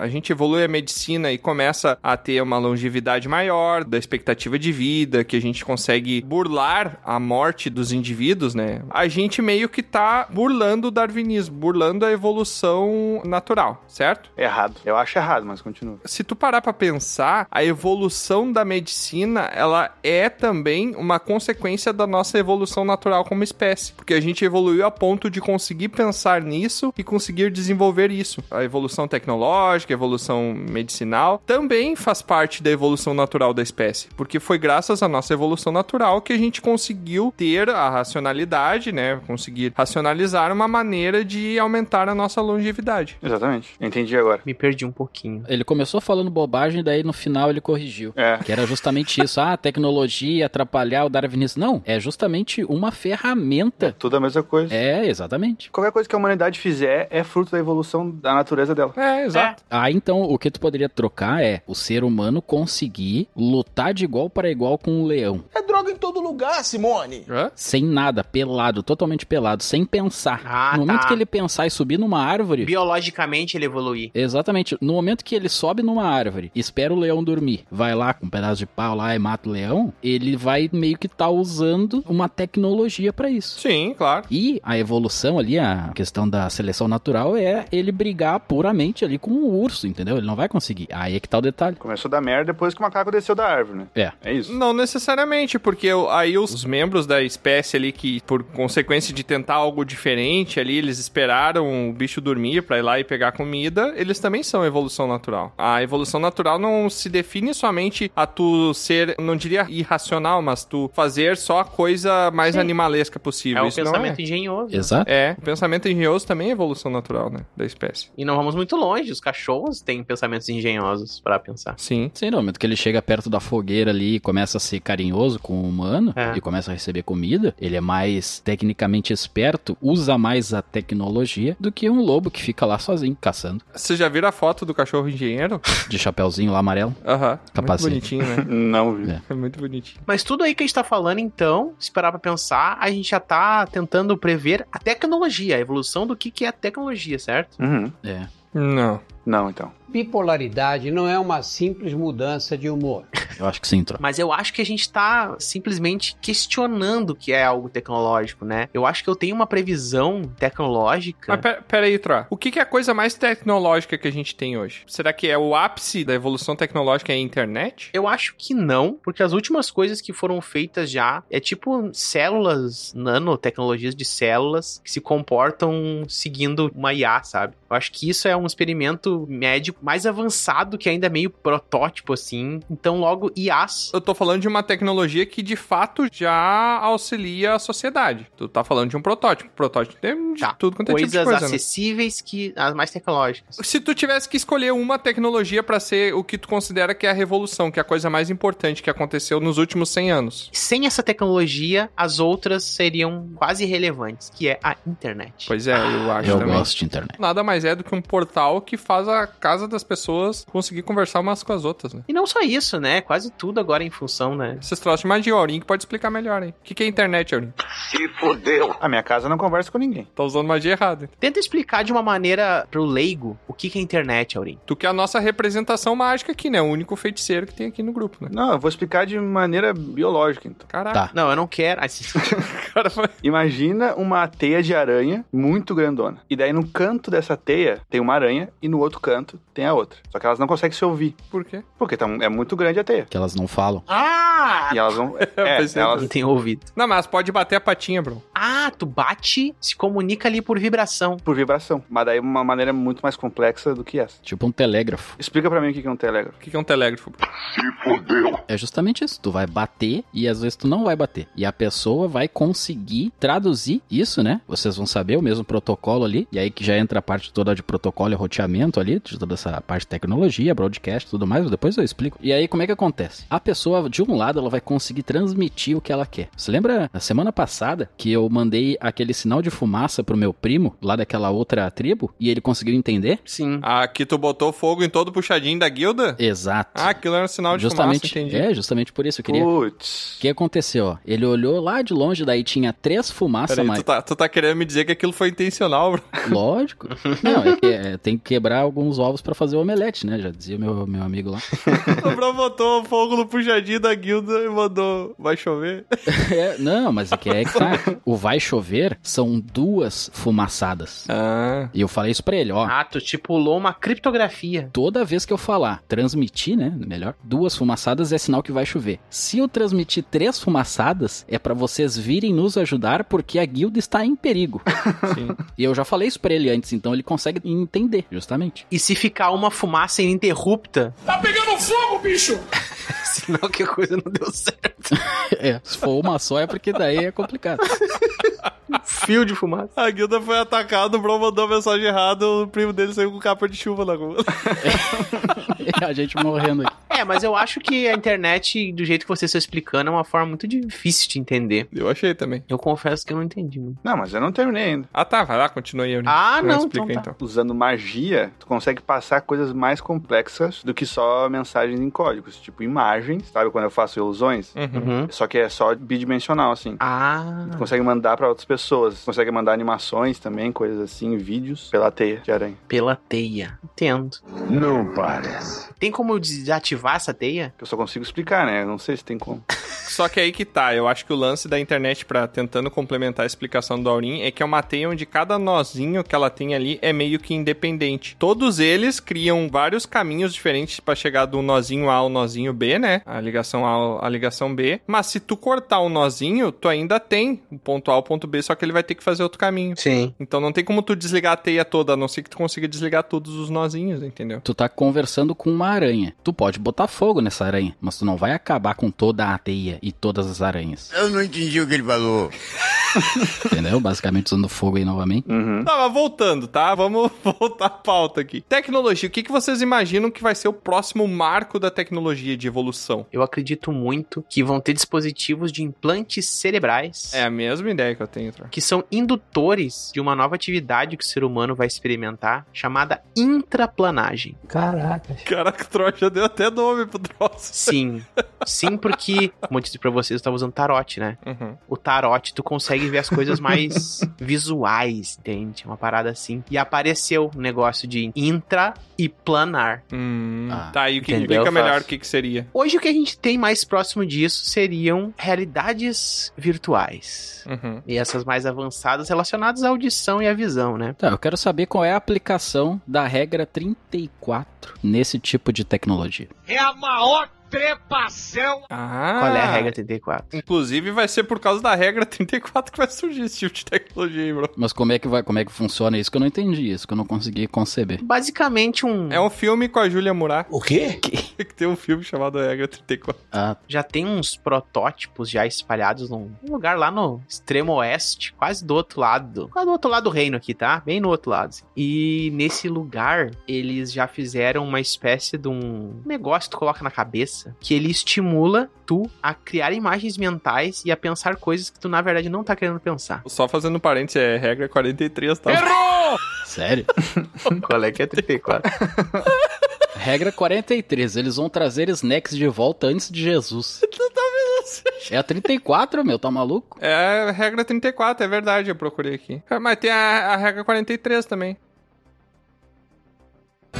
[SPEAKER 1] a gente evolui a medicina e começa a ter uma longevidade maior, da expectativa de vida, que a gente consegue burlar a morte dos indivíduos, né? A gente meio que tá burlando o darwinismo, burlando a evolução natural, certo?
[SPEAKER 5] Errado. Eu acho errado, mas continua.
[SPEAKER 1] Se tu parar pra pensar, a evolução da medicina, ela é também uma consequência da nossa evolução natural como espécie, porque a gente evoluiu a ponto de conseguir pensar nisso e conseguir desenvolver isso. A evolução biológica, evolução medicinal, também faz parte da evolução natural da espécie, porque foi graças à nossa evolução natural que a gente conseguiu ter a racionalidade, né? Conseguir racionalizar uma maneira de aumentar a nossa longevidade.
[SPEAKER 5] Exatamente. Entendi agora.
[SPEAKER 3] Me perdi um pouquinho.
[SPEAKER 2] Ele começou falando bobagem, daí no final ele corrigiu.
[SPEAKER 5] É.
[SPEAKER 2] Que era justamente isso. Ah, tecnologia, atrapalhar o darwinismo. Não, é justamente uma ferramenta.
[SPEAKER 5] Tudo a mesma coisa.
[SPEAKER 2] É, exatamente.
[SPEAKER 5] Qualquer coisa que a humanidade fizer é fruto da evolução da natureza dela.
[SPEAKER 1] É, exato.
[SPEAKER 2] Aí então o que tu poderia trocar é o ser humano conseguir lutar de igual para igual com um leão.
[SPEAKER 4] É droga em todo lugar, Simone.
[SPEAKER 1] Hã?
[SPEAKER 2] Sem nada, pelado, totalmente pelado, sem pensar.
[SPEAKER 3] Ah,
[SPEAKER 2] no momento
[SPEAKER 3] tá.
[SPEAKER 2] que ele pensar e subir numa árvore.
[SPEAKER 3] Biologicamente ele evoluir.
[SPEAKER 2] Exatamente. No momento que ele sobe numa árvore, espera o leão dormir, vai lá com um pedaço de pau lá e mata o leão, ele vai meio que tá usando uma tecnologia pra isso.
[SPEAKER 1] Sim, claro.
[SPEAKER 2] E a evolução ali, a questão da seleção natural é ele brigar puramente ali com o urso, entendeu? Ele não vai conseguir. Aí é que tá o detalhe.
[SPEAKER 5] Começou da merda depois que o macaco desceu da árvore, né?
[SPEAKER 2] É.
[SPEAKER 5] É isso.
[SPEAKER 1] Não necessariamente, porque o- aí os, os membros da espécie ali que, por consequência de tentar algo diferente ali, eles esperaram o bicho dormir pra ir lá e pegar comida, eles também são evolução natural. A evolução natural não se define somente a tu ser, não diria irracional, mas tu fazer só a coisa mais animalesca
[SPEAKER 3] É
[SPEAKER 1] possível.
[SPEAKER 3] um
[SPEAKER 1] Isso não
[SPEAKER 3] pensamento engenhoso.
[SPEAKER 2] Exato.
[SPEAKER 1] é. É, o pensamento engenhoso também é evolução natural, né, da espécie.
[SPEAKER 3] E não vamos muito longe, os cachorros têm pensamentos engenhosos pra pensar.
[SPEAKER 1] Sim.
[SPEAKER 2] Sim, no momento que ele chega perto da fogueira ali e começa a ser carinhoso com o humano
[SPEAKER 3] É.
[SPEAKER 2] e começa a receber comida, ele é mais tecnicamente esperto, usa mais a tecnologia do que um lobo que fica lá sozinho, caçando,
[SPEAKER 1] Vocês já viram a foto do cachorro engenheiro?
[SPEAKER 2] de chapéuzinho lá amarelo.
[SPEAKER 1] Aham. Muito
[SPEAKER 2] Capacete.
[SPEAKER 1] bonitinho, né?
[SPEAKER 5] Não, viu?
[SPEAKER 2] É.
[SPEAKER 1] É muito bonitinho.
[SPEAKER 3] Mas tudo aí que a gente tá falando, então, se parar pra pensar, a gente já tá tentando prever a tecnologia, a evolução do que, que é a tecnologia, certo?
[SPEAKER 5] Uhum.
[SPEAKER 2] É.
[SPEAKER 1] Não.
[SPEAKER 5] Não, então.
[SPEAKER 10] Bipolaridade não é uma simples mudança de humor.
[SPEAKER 2] Eu acho que sim, troca.
[SPEAKER 3] Mas eu acho que a gente tá simplesmente questionando o que é algo tecnológico, né? Eu acho que eu tenho uma previsão tecnológica.
[SPEAKER 1] Mas pera, pera aí, Troa. O que, que é a coisa mais tecnológica que a gente tem hoje? Será que é o ápice da evolução tecnológica é a internet?
[SPEAKER 3] Eu acho que não, porque as últimas coisas que foram feitas já é tipo células, nanotecnologias de células que se comportam seguindo uma IA, sabe? Eu acho que isso é um experimento médico mais avançado que ainda é meio protótipo assim. Então logo IAs
[SPEAKER 1] Eu tô falando de uma tecnologia que de fato já auxilia a sociedade. Tu tá falando de um protótipo. Protótipo tem de
[SPEAKER 3] Tá.
[SPEAKER 1] tudo quanto é tipo
[SPEAKER 3] coisas
[SPEAKER 1] de coisa, né?
[SPEAKER 3] acessíveis que as mais tecnológicas.
[SPEAKER 1] Se tu tivesse que escolher uma tecnologia pra ser o que tu considera que é a revolução, que é a coisa mais importante que aconteceu nos últimos 100 anos.
[SPEAKER 3] Sem essa tecnologia, as outras seriam quase irrelevantes, que é a internet.
[SPEAKER 1] Pois é, eu acho
[SPEAKER 2] Eu
[SPEAKER 1] também.
[SPEAKER 2] gosto de internet.
[SPEAKER 1] Nada mais é do que um portal que faz a casa das pessoas conseguir conversar umas com as outras, né?
[SPEAKER 3] E não só isso, né? Quase tudo agora é em função, né?
[SPEAKER 1] Esses troços de magia, o Aurim que pode explicar melhor, hein? O que, que é internet, Aurim?
[SPEAKER 5] A minha casa não conversa com ninguém.
[SPEAKER 1] Tá usando magia errada. então.
[SPEAKER 3] Tenta explicar de uma maneira pro leigo o que que é internet, Aurim.
[SPEAKER 1] Tu que é a nossa representação mágica aqui, né? O único feiticeiro que tem aqui no grupo, né?
[SPEAKER 5] Não, eu vou explicar de maneira biológica, então.
[SPEAKER 1] Caraca,
[SPEAKER 2] Tá.
[SPEAKER 3] Não, eu não quero. Ai, se-
[SPEAKER 1] cara, foi...
[SPEAKER 5] Imagina uma teia de aranha muito grandona. E daí, no canto dessa teia, tem uma aranha e no outro canto tem a outra. Só que elas não conseguem se ouvir,
[SPEAKER 1] por quê?
[SPEAKER 5] porque tá- é muito grande a teia.
[SPEAKER 2] Que elas não falam.
[SPEAKER 3] ah!
[SPEAKER 5] E elas vão. É,
[SPEAKER 1] Pois é.
[SPEAKER 5] elas...
[SPEAKER 3] Não tem ouvido.
[SPEAKER 1] Não, mas pode bater a patinha, bro.
[SPEAKER 3] Ah, tu bate, se comunica ali por vibração.
[SPEAKER 5] Por vibração. Mas daí uma maneira muito mais complexa do que essa.
[SPEAKER 2] Tipo um telégrafo.
[SPEAKER 5] Explica pra mim o que que é um telégrafo.
[SPEAKER 1] O que que é um telégrafo, bro?
[SPEAKER 2] É justamente isso. Tu vai bater e às vezes tu não vai bater. E a pessoa vai conseguir traduzir isso, né? Vocês vão saber o mesmo protocolo ali. E aí que já entra a parte toda de protocolo e roteamento ali, de toda essa parte de tecnologia, broadcast e tudo mais. Depois eu explico. E aí como é que acontece? A pessoa, de um lado, ela vai conseguir transmitir o que ela quer. Você lembra na semana passada que eu mandei aquele sinal de fumaça pro meu primo, lá daquela outra tribo, e ele conseguiu entender?
[SPEAKER 3] Sim.
[SPEAKER 1] Aqui Ah, tu botou fogo em todo o puxadinho da guilda?
[SPEAKER 2] Exato.
[SPEAKER 1] Ah, aquilo era um sinal de
[SPEAKER 2] justamente,
[SPEAKER 1] fumaça, entendi.
[SPEAKER 2] é, justamente por isso eu queria o
[SPEAKER 5] Putz.
[SPEAKER 2] que aconteceu? ó? Ele olhou lá de longe, daí tinha três fumaças,
[SPEAKER 1] Peraí,
[SPEAKER 2] mas
[SPEAKER 1] tu, tá, tu tá querendo me dizer que aquilo foi intencional, bro?
[SPEAKER 2] lógico. Não, é que é, tem que quebrar alguns ovos pra fazer o omelete, né? Já dizia o meu, meu amigo lá.
[SPEAKER 1] o bro botou fogo no puxadinho da guilda e mandou... Vai chover?
[SPEAKER 2] É, não, mas é que é que tá. O vai chover são duas fumaçadas.
[SPEAKER 1] Ah.
[SPEAKER 2] E eu falei isso pra ele, ó.
[SPEAKER 3] Ah, tu te pulou uma criptografia.
[SPEAKER 2] Toda vez que eu falar, transmitir, né? Melhor, duas fumaçadas é sinal que vai chover. Se eu transmitir três fumaçadas, é pra vocês virem nos ajudar porque a guilda está em perigo.
[SPEAKER 1] Sim.
[SPEAKER 2] E eu já falei isso pra ele antes, então ele consegue entender, justamente.
[SPEAKER 3] E se ficar uma fumaça ininterrupta,
[SPEAKER 4] Tá pegando fogo, bicho!
[SPEAKER 3] sinal que a coisa não deu certo.
[SPEAKER 2] É, se for uma só é porque daí é complicado.
[SPEAKER 3] Fio de fumaça.
[SPEAKER 1] A guilda foi atacada, o Bro mandou mensagem errada, o primo dele saiu com capa de chuva na rua.
[SPEAKER 2] É a gente morrendo aqui.
[SPEAKER 3] É, mas eu acho que a internet, do jeito que vocês estão explicando, é uma forma muito difícil de entender.
[SPEAKER 1] Eu achei também.
[SPEAKER 3] Eu confesso que eu não entendi muito.
[SPEAKER 5] Não, mas eu não terminei ainda.
[SPEAKER 1] Ah tá, vai lá, continua aí. Eurinho.
[SPEAKER 3] Ah,
[SPEAKER 1] Eu
[SPEAKER 3] não,
[SPEAKER 1] explico
[SPEAKER 3] então tá.
[SPEAKER 5] Usando magia, tu consegue passar coisas mais complexas do que só mensagens em códigos, tipo imagens, sabe? Quando eu faço ilusões.
[SPEAKER 1] Uhum.
[SPEAKER 3] Uhum.
[SPEAKER 5] Só que é só bidimensional, assim.
[SPEAKER 3] Ah,
[SPEAKER 5] Tu consegue mandar pra outras pessoas. Consegue mandar animações também, coisas assim, vídeos pela teia de aranha.
[SPEAKER 3] pela teia. Entendo.
[SPEAKER 4] Não parece.
[SPEAKER 3] Tem como eu desativar essa teia?
[SPEAKER 5] Que eu só consigo explicar, né? Eu Não sei se tem como.
[SPEAKER 1] Só que aí que tá, eu acho que o lance da internet pra tentando complementar a explicação do Aurim é que é uma teia onde cada nozinho que ela tem ali é meio que independente. Todos eles criam vários caminhos diferentes pra chegar do nozinho A ao nozinho B, né? A ligação A ao- a ligação B. Mas se tu cortar o nozinho, tu ainda tem o ponto A ao ponto B, só que ele vai ter que fazer outro caminho.
[SPEAKER 3] Sim.
[SPEAKER 1] Então não tem como tu desligar a teia toda, a não ser que tu consiga desligar todos os nozinhos, entendeu?
[SPEAKER 2] Tu tá conversando com uma aranha. Tu pode botar fogo nessa aranha, mas tu não vai acabar com toda a teia e todas as aranhas.
[SPEAKER 4] Eu não entendi o que ele falou.
[SPEAKER 2] Entendeu? Basicamente usando fogo aí novamente.
[SPEAKER 5] Uhum.
[SPEAKER 1] Tá, mas voltando, tá? Vamos voltar à pauta aqui. Tecnologia, o que, que vocês imaginam que vai ser o próximo marco da tecnologia de evolução?
[SPEAKER 3] Eu acredito muito que vão ter dispositivos de implantes cerebrais.
[SPEAKER 1] É a mesma ideia que eu tenho, Tro.
[SPEAKER 3] que são indutores de uma nova atividade que o ser humano vai experimentar, chamada intraplanagem.
[SPEAKER 10] Caracas.
[SPEAKER 1] Caraca, o Tro já deu até nome pro troço.
[SPEAKER 3] Sim. Sim, porque, como eu disse pra vocês, eu tava usando tarote, né?
[SPEAKER 1] Uhum.
[SPEAKER 3] O tarote, tu consegue ver as coisas mais visuais, entende? Uma parada assim. E apareceu o negócio de intra e planar.
[SPEAKER 1] Hum,
[SPEAKER 2] Ah,
[SPEAKER 1] tá, e o que
[SPEAKER 3] entendeu?
[SPEAKER 1] explica
[SPEAKER 3] Eu
[SPEAKER 1] melhor
[SPEAKER 3] faço.
[SPEAKER 1] o que, que seria?
[SPEAKER 3] Hoje o que a gente tem mais próximo disso seriam realidades virtuais.
[SPEAKER 1] Uhum.
[SPEAKER 3] E essas mais avançadas relacionadas à audição e à visão, né?
[SPEAKER 2] Tá, eu quero saber qual é a aplicação da regra 34 nesse tipo de tecnologia.
[SPEAKER 4] É a maior trepação.
[SPEAKER 1] Ah,
[SPEAKER 3] Qual é a regra 34?
[SPEAKER 1] Inclusive, vai ser por causa da regra 34 que vai surgir esse tipo de tecnologia, hein, bro?
[SPEAKER 2] Mas como é que vai, como é que funciona isso que eu não entendi, isso que eu não consegui conceber.
[SPEAKER 3] Basicamente um...
[SPEAKER 1] É um filme com a Julia Murat,
[SPEAKER 4] O quê?
[SPEAKER 1] que tem um filme chamado Regra 34.
[SPEAKER 2] Ah,
[SPEAKER 3] já tem uns protótipos já espalhados num lugar lá no extremo oeste, quase do outro lado. Quase do outro lado do reino aqui, tá? Bem no outro lado. assim. E nesse lugar, eles já fizeram uma espécie de um negócio que tu coloca na cabeça que ele estimula tu a criar imagens mentais e a pensar coisas que tu na verdade não tá querendo pensar.
[SPEAKER 1] Só fazendo um parênteses, é regra 43, tá?
[SPEAKER 2] sério?
[SPEAKER 3] Qual é que é 34?
[SPEAKER 2] regra 43, eles vão trazer snacks de volta antes de Jesus. É a 34, meu, tá maluco?
[SPEAKER 1] É a regra 34, é verdade, eu procurei aqui. Ah, Mas tem a, a regra 43 também.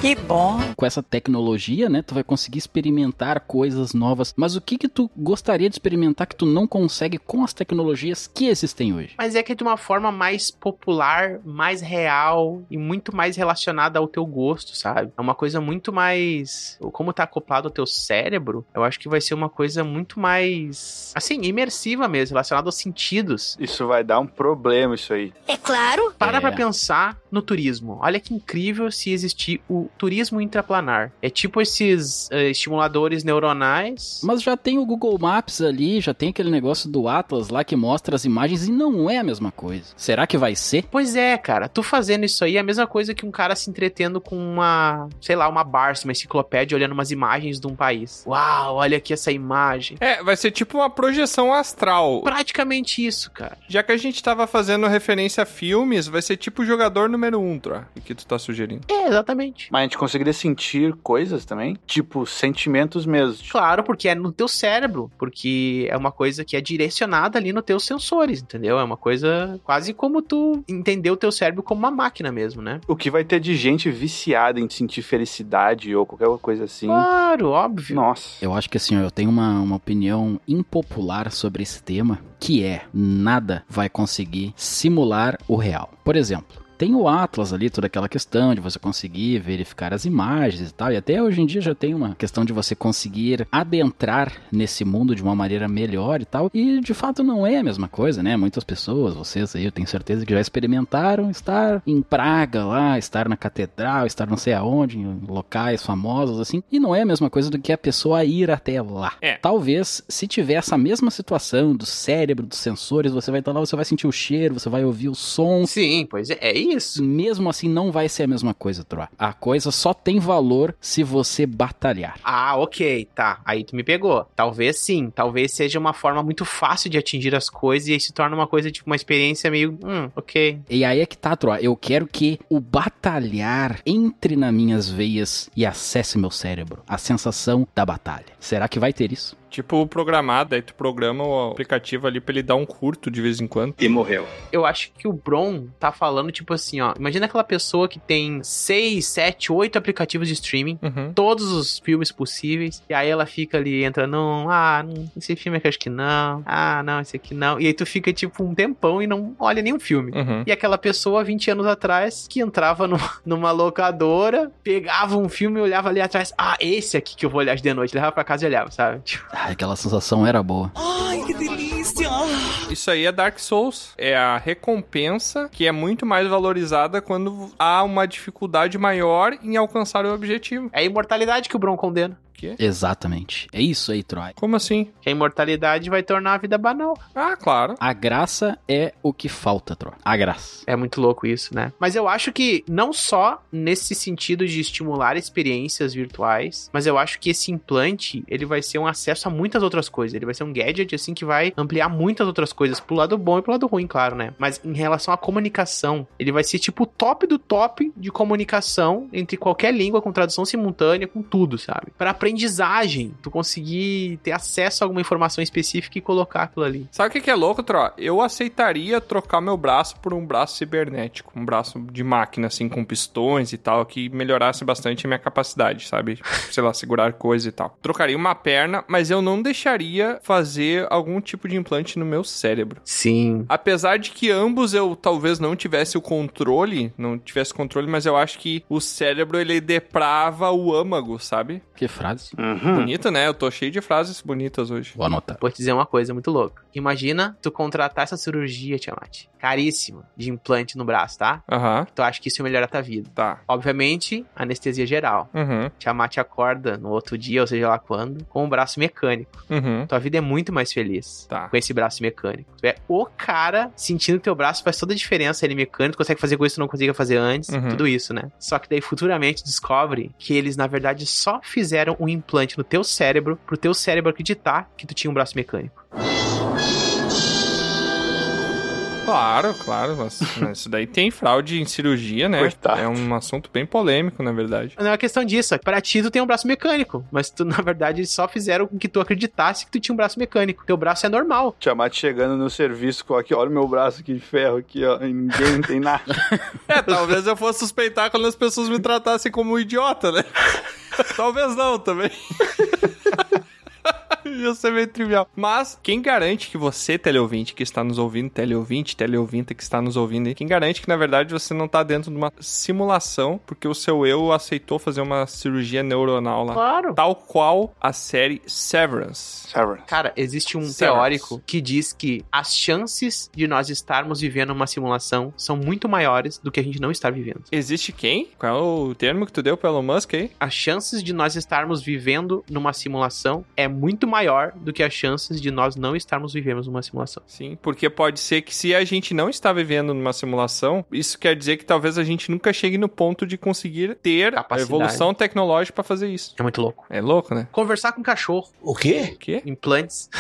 [SPEAKER 11] Que bom.
[SPEAKER 2] com essa tecnologia, né? Tu vai conseguir experimentar coisas novas. Mas o que que tu gostaria de experimentar que tu não consegue com as tecnologias que existem hoje?
[SPEAKER 3] Mas é que é de uma forma mais popular, mais real e muito mais relacionada ao teu gosto, sabe? É uma coisa muito mais. Como tá acoplado ao teu cérebro, eu acho que vai ser uma coisa muito mais. Assim, imersiva mesmo, relacionada aos sentidos.
[SPEAKER 5] Isso vai dar um problema, isso aí.
[SPEAKER 11] É claro.
[SPEAKER 3] Para
[SPEAKER 2] É.
[SPEAKER 3] pra pensar no turismo. Olha que incrível se existir o turismo intraplanar. É tipo esses eh, estimuladores neuronais.
[SPEAKER 2] Mas já tem o Google Maps ali, já tem aquele negócio do Atlas lá que mostra as imagens e não é a mesma coisa. Será que vai ser?
[SPEAKER 3] Pois é, cara, tu fazendo isso aí é a mesma coisa que um cara se entretendo com uma, sei lá, uma Barça, uma enciclopédia, olhando umas imagens de um país. Uau, olha aqui essa imagem.
[SPEAKER 1] É, vai ser tipo uma projeção astral.
[SPEAKER 3] Praticamente isso, cara.
[SPEAKER 1] Já que a gente tava fazendo referência a filmes, vai ser tipo o jogador no número um, Troa, o que tu tá sugerindo.
[SPEAKER 3] É, exatamente.
[SPEAKER 5] Mas a gente conseguiria sentir coisas também? Tipo, sentimentos mesmo. Tipo,
[SPEAKER 3] Claro, porque é no teu cérebro, porque é uma coisa que é direcionada ali nos teus sensores, entendeu? É uma coisa quase como tu entender o teu cérebro como uma máquina mesmo, né?
[SPEAKER 5] O que vai ter de gente viciada em sentir felicidade ou qualquer coisa assim?
[SPEAKER 3] Claro, óbvio.
[SPEAKER 5] Nossa.
[SPEAKER 2] Eu acho que assim, eu tenho uma, uma opinião impopular sobre esse tema, que é nada vai conseguir simular o real. Por exemplo, tem o Atlas ali, toda aquela questão de você conseguir verificar as imagens e tal. E até hoje em dia já tem uma questão de você conseguir adentrar nesse mundo de uma maneira melhor e tal. E de fato não é a mesma coisa, né? Muitas pessoas, vocês aí, eu tenho certeza que já experimentaram estar em Praga lá, estar na catedral, estar não sei aonde, em locais famosos assim. E não é a mesma coisa do que a pessoa ir até lá.
[SPEAKER 1] É.
[SPEAKER 2] Talvez se tiver essa mesma situação do cérebro, dos sensores, você vai estar lá, você vai sentir o cheiro, você vai ouvir o som.
[SPEAKER 3] Sim, pois é, é isso.
[SPEAKER 2] Mesmo assim, não vai ser a mesma coisa, Troa. A coisa só tem valor se você batalhar.
[SPEAKER 3] Ah, ok, tá. Aí tu me pegou. Talvez sim, talvez seja uma forma muito fácil de atingir as coisas e aí se torna uma coisa tipo uma experiência meio, hum, ok.
[SPEAKER 2] E aí é que tá, Troa. Eu quero que o batalhar entre nas minhas veias e acesse meu cérebro. A sensação da batalha. Será que vai ter isso?
[SPEAKER 1] Tipo programado, aí tu programa o aplicativo ali pra ele dar um curto de vez em quando.
[SPEAKER 7] E morreu.
[SPEAKER 3] Eu acho que o Bron tá falando tipo assim, ó, imagina aquela pessoa que tem 6, 7, 8 aplicativos de streaming,
[SPEAKER 1] Uhum.
[SPEAKER 3] todos os filmes possíveis, e aí ela fica ali, entra num, ah, hum, esse filme aqui eu acho que não, ah, não, esse aqui não, e aí tu fica tipo um tempão e não olha nenhum filme.
[SPEAKER 1] Uhum.
[SPEAKER 3] E aquela pessoa, 20 anos atrás, que entrava no- numa locadora, pegava um filme e olhava ali atrás. Ah, esse aqui que eu vou olhar hoje de noite. Levava pra casa e olhava, sabe? Tipo,
[SPEAKER 2] Ah, aquela sensação era boa.
[SPEAKER 4] Ai, que delícia!
[SPEAKER 1] Isso aí é Dark Souls. É a recompensa que é muito mais valorizada quando há uma dificuldade maior em alcançar o objetivo.
[SPEAKER 3] é a imortalidade que o Bron condena.
[SPEAKER 2] Exatamente. É isso aí, Troy.
[SPEAKER 1] Como assim?
[SPEAKER 3] Que a imortalidade vai tornar a vida banal.
[SPEAKER 1] Ah, claro.
[SPEAKER 2] A graça é o que falta, Troy. A graça.
[SPEAKER 3] É muito louco isso, né? Mas eu acho que não só nesse sentido de estimular experiências virtuais, mas eu acho que esse implante, ele vai ser um acesso a muitas outras coisas. Ele vai ser um gadget, assim, que vai ampliar muitas outras coisas, pro lado bom e pro lado ruim, claro, né? Mas em relação à comunicação, ele vai ser tipo o top do top de comunicação entre qualquer língua, com tradução simultânea, com tudo, sabe? Pra aprendizagem, tu conseguir ter acesso a alguma informação específica e colocar aquilo ali.
[SPEAKER 1] Sabe o que que é louco, Tro? Eu aceitaria trocar meu braço por um braço cibernético, um braço de máquina, assim, com pistões e tal, que melhorasse bastante a minha capacidade, sabe? Sei lá, segurar coisa e tal. Trocaria uma perna, mas eu não deixaria fazer algum tipo de implante no meu cérebro.
[SPEAKER 3] Sim,
[SPEAKER 1] Apesar de que ambos eu talvez não tivesse o controle, não tivesse controle, mas eu acho que o cérebro ele deprava o âmago, sabe?
[SPEAKER 2] Que frase.
[SPEAKER 5] Uhum.
[SPEAKER 1] Bonito, né? Eu tô cheio de frases bonitas hoje.
[SPEAKER 2] Vou anotar.
[SPEAKER 3] Vou te dizer uma coisa muito louca. Imagina tu contratar essa cirurgia, Tiamat. Caríssima, de implante no braço, tá?
[SPEAKER 1] Aham,
[SPEAKER 3] Tu acha que isso melhora a tua vida.
[SPEAKER 1] tá.
[SPEAKER 3] Obviamente, anestesia geral.
[SPEAKER 1] Uhum,
[SPEAKER 3] Tiamat acorda no outro dia, ou seja lá quando, com um braço mecânico.
[SPEAKER 1] uhum.
[SPEAKER 3] Tua vida é muito mais feliz
[SPEAKER 1] Tá.
[SPEAKER 3] com esse braço mecânico. Tu é o cara sentindo que teu braço faz toda a diferença. Ele é mecânico, consegue fazer coisas que tu não conseguia fazer antes.
[SPEAKER 1] Uhum.
[SPEAKER 3] Tudo isso, né? Só que daí futuramente descobre que eles, na verdade, só fizeram um implante no teu cérebro pro teu cérebro acreditar que tu tinha um braço mecânico.
[SPEAKER 1] Claro, claro, mas, mas isso daí tem fraude em cirurgia, né?
[SPEAKER 5] Coitado.
[SPEAKER 1] É um assunto bem polêmico, na verdade.
[SPEAKER 3] Não é questão disso. Pra ti, tu tem um braço mecânico. Mas tu, na verdade, eles só fizeram com que tu acreditasse que tu tinha um braço mecânico. Teu braço é normal.
[SPEAKER 5] Tiamat chegando no serviço com aqui, olha o meu braço aqui de ferro aqui, ó. e Ninguém não tem nada.
[SPEAKER 1] É, talvez eu fosse suspeitar quando as pessoas me tratassem como um idiota, né? talvez não também. Ia ser meio trivial. Mas quem garante que você, teleouvinte, que está nos ouvindo, teleouvinte, teleouvinta que está nos ouvindo, aí, quem garante que, na verdade, você não está dentro de uma simulação, porque o seu eu aceitou fazer uma cirurgia neuronal lá.
[SPEAKER 3] Claro.
[SPEAKER 1] Tal qual a série Severance.
[SPEAKER 5] Severance.
[SPEAKER 3] Cara, existe um
[SPEAKER 1] Certo.
[SPEAKER 3] teórico que diz que as chances de nós estarmos vivendo uma simulação são muito maiores do que a gente não estar vivendo.
[SPEAKER 1] Existe quem? Qual é o termo que tu deu pro Elon Musk aí?
[SPEAKER 3] As chances de nós estarmos vivendo numa simulação é muito maior do que as chances de nós não estarmos vivendo uma simulação.
[SPEAKER 1] Sim, porque pode ser que se a gente não está vivendo numa simulação, isso quer dizer que talvez a gente nunca chegue no ponto de conseguir ter a
[SPEAKER 3] Capacidade.
[SPEAKER 1] evolução tecnológica para fazer isso.
[SPEAKER 3] É muito louco.
[SPEAKER 1] É louco, né?
[SPEAKER 3] Conversar com cachorro.
[SPEAKER 4] O quê?
[SPEAKER 1] O quê?
[SPEAKER 3] Implantes.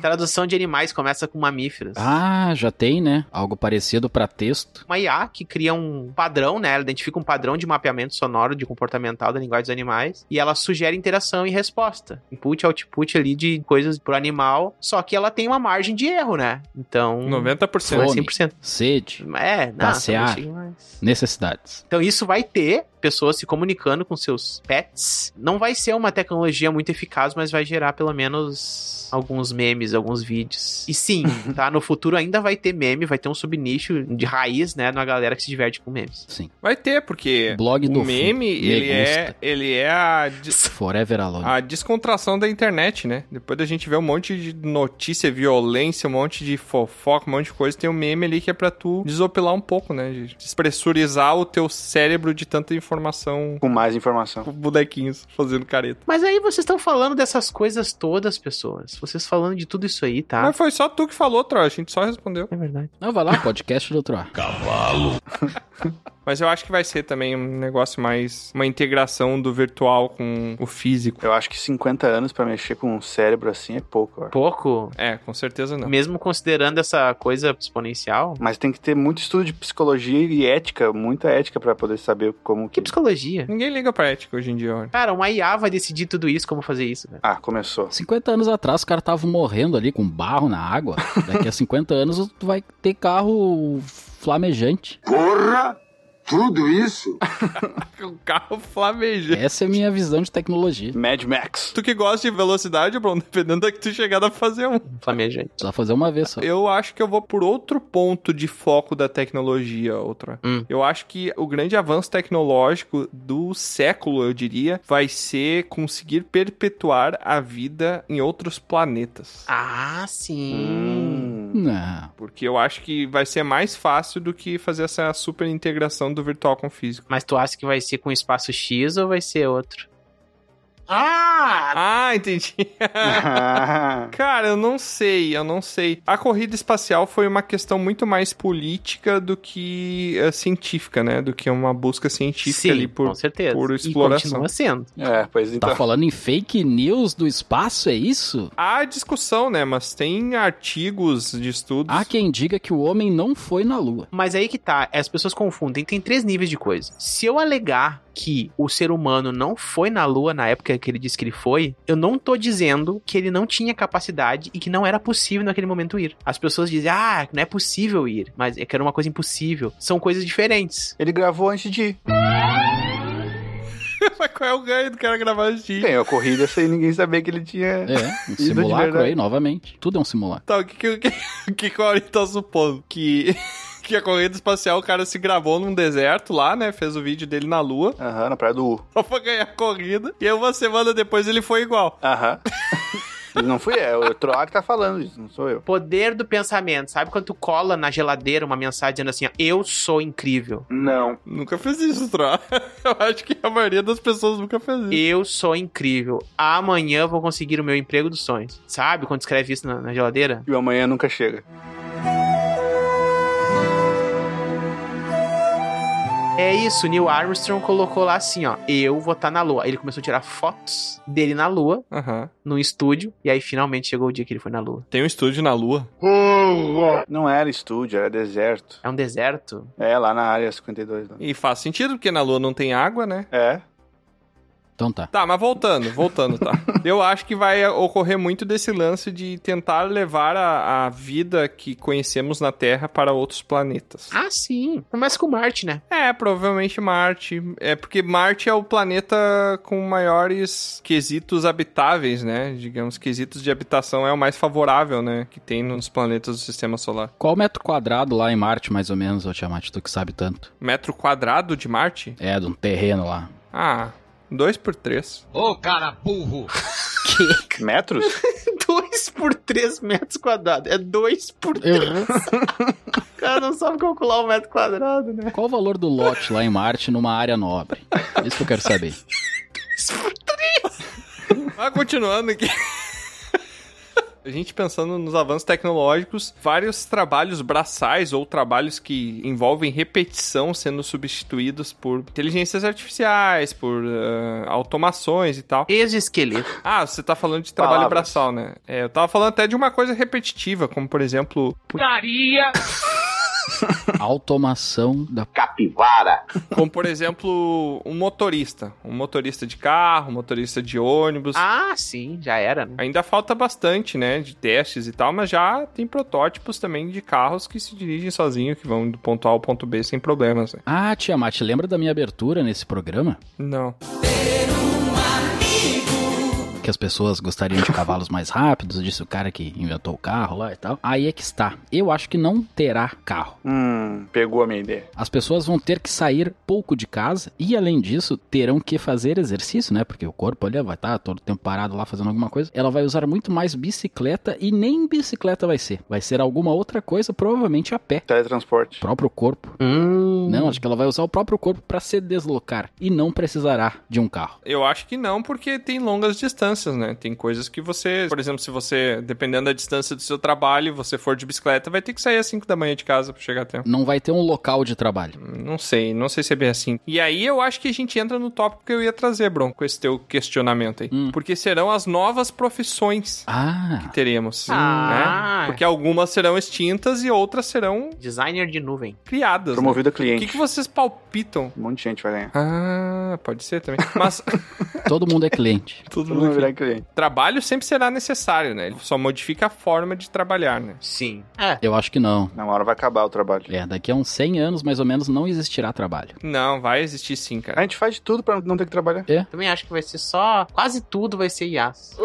[SPEAKER 3] Tradução de animais começa com mamíferos.
[SPEAKER 2] Ah, já tem, né? Algo parecido pra texto.
[SPEAKER 3] Uma IA que cria um padrão, né? Ela identifica um padrão de mapeamento sonoro, de comportamental da linguagem dos animais. E ela sugere interação e resposta. Input, output ali de coisas pro animal. Só que ela tem uma margem de erro, né? Então.
[SPEAKER 1] 90%.
[SPEAKER 3] não é
[SPEAKER 2] Fome.
[SPEAKER 3] 100%.
[SPEAKER 2] Sede,
[SPEAKER 3] É, não,
[SPEAKER 2] Passear.
[SPEAKER 3] talvez chegue mais.
[SPEAKER 2] necessidades.
[SPEAKER 3] Então isso vai ter pessoas se comunicando com seus pets. Não vai ser uma tecnologia muito eficaz, mas vai gerar pelo menos alguns memes, alguns vídeos. E sim, tá? No futuro ainda vai ter meme, vai ter um subnicho de raiz, né? Na galera que se diverte com memes.
[SPEAKER 2] Sim.
[SPEAKER 1] Vai ter, porque
[SPEAKER 2] Blog do
[SPEAKER 1] É, o meme,
[SPEAKER 2] Fu-
[SPEAKER 1] ele é,
[SPEAKER 2] Legusta.
[SPEAKER 1] ele é a, des-
[SPEAKER 2] Forever Alone.
[SPEAKER 1] a descontração da internet, né? Depois da gente ver um monte de notícia, violência, um monte de fofoca, um monte de coisa, tem um meme ali que é pra tu desopilar um pouco, né? De despressurizar o teu cérebro de tanta informação
[SPEAKER 5] Com mais informação.
[SPEAKER 1] com bonequinhos fazendo careta.
[SPEAKER 3] Mas aí vocês estão falando dessas coisas todas, pessoas. Vocês falando de tudo isso aí, tá?
[SPEAKER 1] Mas foi só tu que falou, Troy, a gente só respondeu.
[SPEAKER 3] É verdade.
[SPEAKER 2] Não, vai lá, podcast do outro ar.
[SPEAKER 1] Mas eu acho que vai ser também um negócio mais. Uma integração do virtual com o físico.
[SPEAKER 5] Eu acho que 50 anos pra mexer com um cérebro assim é pouco, eu acho.
[SPEAKER 3] Pouco,
[SPEAKER 1] É, com certeza não.
[SPEAKER 3] mesmo considerando essa coisa exponencial.
[SPEAKER 5] Mas tem que ter muito estudo de psicologia e ética, muita ética pra poder saber como
[SPEAKER 3] Que
[SPEAKER 5] que.
[SPEAKER 3] psicologia?
[SPEAKER 1] Ninguém liga pra ética hoje em dia, olha.
[SPEAKER 3] Cara, uma IA vai decidir tudo isso, como fazer isso, velho.
[SPEAKER 5] Ah, começou.
[SPEAKER 2] 50 anos atrás, o cara tava morrendo ali com um barro na água. Daqui a 50 anos, tu vai ter carro flamejante.
[SPEAKER 1] O carro flamejando.
[SPEAKER 2] Essa é a minha visão de tecnologia.
[SPEAKER 5] Mad Max.
[SPEAKER 1] Tu que gosta de velocidade, Bruno, dependendo da que tu chegar, dá pra fazer um.
[SPEAKER 3] Flamejante.
[SPEAKER 2] Só fazer uma vez
[SPEAKER 3] Então.
[SPEAKER 2] só.
[SPEAKER 1] Eu acho que eu vou por outro ponto de foco da tecnologia, outra.
[SPEAKER 3] Hum.
[SPEAKER 1] Eu acho que o grande avanço tecnológico do século, eu diria, vai ser conseguir perpetuar a vida em outros planetas.
[SPEAKER 3] Ah, sim.
[SPEAKER 5] Hum.
[SPEAKER 2] Não.
[SPEAKER 1] Porque eu acho que vai ser mais fácil do que fazer essa super integração do virtual com o físico.
[SPEAKER 3] Mas tu acha que vai ser com espaço X ou vai ser outro?
[SPEAKER 1] Ah, entendi.
[SPEAKER 5] Ah,
[SPEAKER 1] Cara, eu não sei, eu não sei. A corrida espacial foi uma questão muito mais política do que eh, científica, né? Do que uma busca científica ali por.
[SPEAKER 3] com certeza.
[SPEAKER 1] por
[SPEAKER 3] E
[SPEAKER 1] exploração.
[SPEAKER 3] continua sendo.
[SPEAKER 5] é, pois então.
[SPEAKER 2] Tá falando em fake news do espaço, é isso?
[SPEAKER 1] Há discussão, né? Mas tem artigos de estudos.
[SPEAKER 2] Há quem diga Ah, que o homem não foi na lua.
[SPEAKER 3] Mas aí que tá, as pessoas confundem. Tem três níveis de coisa. Se eu alegar que o ser humano não foi na Lua na época que ele disse que ele foi, eu não tô dizendo que ele não tinha capacidade e que não era possível naquele momento ir. As pessoas dizem, ah, não é possível ir, mas é que era uma coisa impossível. São coisas diferentes.
[SPEAKER 5] Ele gravou antes de ir.
[SPEAKER 1] Mas qual é o ganho do cara gravar antes de ir?
[SPEAKER 5] Tem a corrida sem ninguém saber que ele tinha.
[SPEAKER 2] É, um
[SPEAKER 5] de
[SPEAKER 2] simulacro
[SPEAKER 5] verdade.
[SPEAKER 2] aí, novamente. Tudo é um simulacro.
[SPEAKER 1] Tá, o que que, o que, o que que o Aurinho tá supondo? Que, que a corrida espacial, o cara se gravou num deserto lá, né? Fez o vídeo dele na lua,
[SPEAKER 5] Aham, na praia do U.
[SPEAKER 1] só pra ganhar a corrida. E aí uma semana depois ele foi igual.
[SPEAKER 5] Aham. Ele não fui eu, é o Troá que tá falando disso, não sou eu.
[SPEAKER 3] Poder do pensamento. Sabe quando tu cola na geladeira uma mensagem dizendo assim, ó, eu sou incrível.
[SPEAKER 5] Não.
[SPEAKER 1] Nunca fez isso, Tro. Eu acho que a maioria das pessoas nunca fez isso.
[SPEAKER 3] Eu sou incrível. Amanhã eu vou conseguir o meu emprego dos sonhos. Sabe quando escreve isso na, na geladeira?
[SPEAKER 5] E o amanhã nunca chega.
[SPEAKER 3] É isso, Neil Armstrong colocou lá assim, ó. Eu vou estar na lua. Ele começou a tirar fotos dele na lua,
[SPEAKER 1] Aham.
[SPEAKER 3] num estúdio, e aí finalmente chegou o dia que ele foi na lua.
[SPEAKER 1] Tem um estúdio na Lua.
[SPEAKER 5] Não era estúdio, era deserto.
[SPEAKER 3] É um deserto?
[SPEAKER 5] É, lá na área 52. Lá.
[SPEAKER 1] E faz sentido, porque na Lua não tem água, né?
[SPEAKER 5] né? É.
[SPEAKER 2] Então tá.
[SPEAKER 1] Tá, mas voltando, voltando, tá. Eu acho que vai ocorrer muito desse lance de tentar levar a, a vida que conhecemos na Terra para outros planetas.
[SPEAKER 3] Ah, sim. Começa com Marte, né?
[SPEAKER 1] É, provavelmente Marte. É porque Marte é o planeta com maiores quesitos habitáveis, né? Digamos, quesitos de habitação é o mais favorável, né? Que tem nos planetas do sistema solar.
[SPEAKER 2] Qual o metro quadrado lá em Marte, mais ou menos, ô Tiamat, tu que sabe tanto?
[SPEAKER 1] Metro quadrado de Marte?
[SPEAKER 2] É, de um terreno lá.
[SPEAKER 1] Ah, 2 por 3.
[SPEAKER 4] Ô, cara burro!
[SPEAKER 5] Metros?
[SPEAKER 3] 2 por 3 metros quadrados. É 2 por 3. O cara não sabe calcular um metro quadrado, né?
[SPEAKER 2] Qual o valor do lote lá em Marte numa área nobre? É Isso que eu quero saber.
[SPEAKER 1] Mas continuando aqui. A gente pensando nos avanços tecnológicos, vários trabalhos braçais ou trabalhos que envolvem repetição sendo substituídos por inteligências artificiais, por ah, automações e tal.
[SPEAKER 3] Exoesqueleto.
[SPEAKER 1] Ah, você tá falando de trabalho
[SPEAKER 5] Palavras.
[SPEAKER 1] braçal, né? É, eu tava falando até de uma coisa repetitiva, como por exemplo,
[SPEAKER 4] Putaria.
[SPEAKER 2] Automação da.
[SPEAKER 11] Capivara.
[SPEAKER 1] como por exemplo, um motorista, um motorista de carro, um motorista de ônibus.
[SPEAKER 3] Ah, sim, já era, né?
[SPEAKER 1] Ainda falta bastante, né, de testes e tal, mas já tem protótipos também de carros que se dirigem sozinhos, que vão do ponto A ao ponto B sem problemas, né?
[SPEAKER 2] Ah, Tiamat, lembra da minha abertura nesse programa?
[SPEAKER 1] Não.
[SPEAKER 2] que as pessoas gostariam de cavalos mais rápidos, disse o cara que inventou o carro lá e tal. Aí é que está. Eu acho que não terá carro.
[SPEAKER 5] Hum, pegou a minha ideia.
[SPEAKER 2] As pessoas vão ter que sair pouco de casa e, além disso, terão que fazer exercício, né? Porque o corpo ali vai estar todo o tempo parado lá fazendo alguma coisa. Ela vai usar muito mais bicicleta e nem bicicleta vai ser. Vai ser alguma outra coisa, provavelmente a pé.
[SPEAKER 5] Teletransporte.
[SPEAKER 2] O próprio corpo.
[SPEAKER 3] Hum.
[SPEAKER 2] Não, acho que ela vai usar o próprio corpo para se deslocar e não precisará de um carro.
[SPEAKER 1] Eu acho que não, porque tem longas distâncias, né? Tem coisas que você, por exemplo, se você, dependendo da distância do seu trabalho, você for de bicicleta, vai ter que sair às 5 da manhã de casa pra chegar a tempo.
[SPEAKER 2] Não vai ter um local de trabalho.
[SPEAKER 1] Não sei, não sei se é bem assim. E aí eu acho que a gente entra no tópico que eu ia trazer, Bronco, com esse teu questionamento aí.
[SPEAKER 2] Hum.
[SPEAKER 1] Porque serão as novas profissões
[SPEAKER 2] Ah,
[SPEAKER 1] que teremos.
[SPEAKER 3] Ah.
[SPEAKER 1] Né? Porque algumas serão extintas e outras serão
[SPEAKER 3] Designer de nuvem.
[SPEAKER 1] criadas. né?
[SPEAKER 5] Promovido a
[SPEAKER 1] O que,
[SPEAKER 5] cliente.
[SPEAKER 1] que vocês palpitam?
[SPEAKER 5] Um monte de gente vai ganhar.
[SPEAKER 1] Ah, pode ser também. Mas
[SPEAKER 2] todo mundo é cliente.
[SPEAKER 5] Todo mundo vai virar cliente.
[SPEAKER 1] trabalho sempre será necessário, né? Ele só modifica a forma de trabalhar, né?
[SPEAKER 3] Sim. É.
[SPEAKER 2] Eu acho que não.
[SPEAKER 5] Na hora vai acabar o trabalho.
[SPEAKER 2] É, daqui a uns 100 anos, mais ou menos, não existirá trabalho.
[SPEAKER 1] Não, vai existir sim,
[SPEAKER 5] A
[SPEAKER 1] cara.
[SPEAKER 5] gente faz de tudo pra não ter que trabalhar.
[SPEAKER 3] Também acho que vai ser só. Quase tudo vai ser IAS.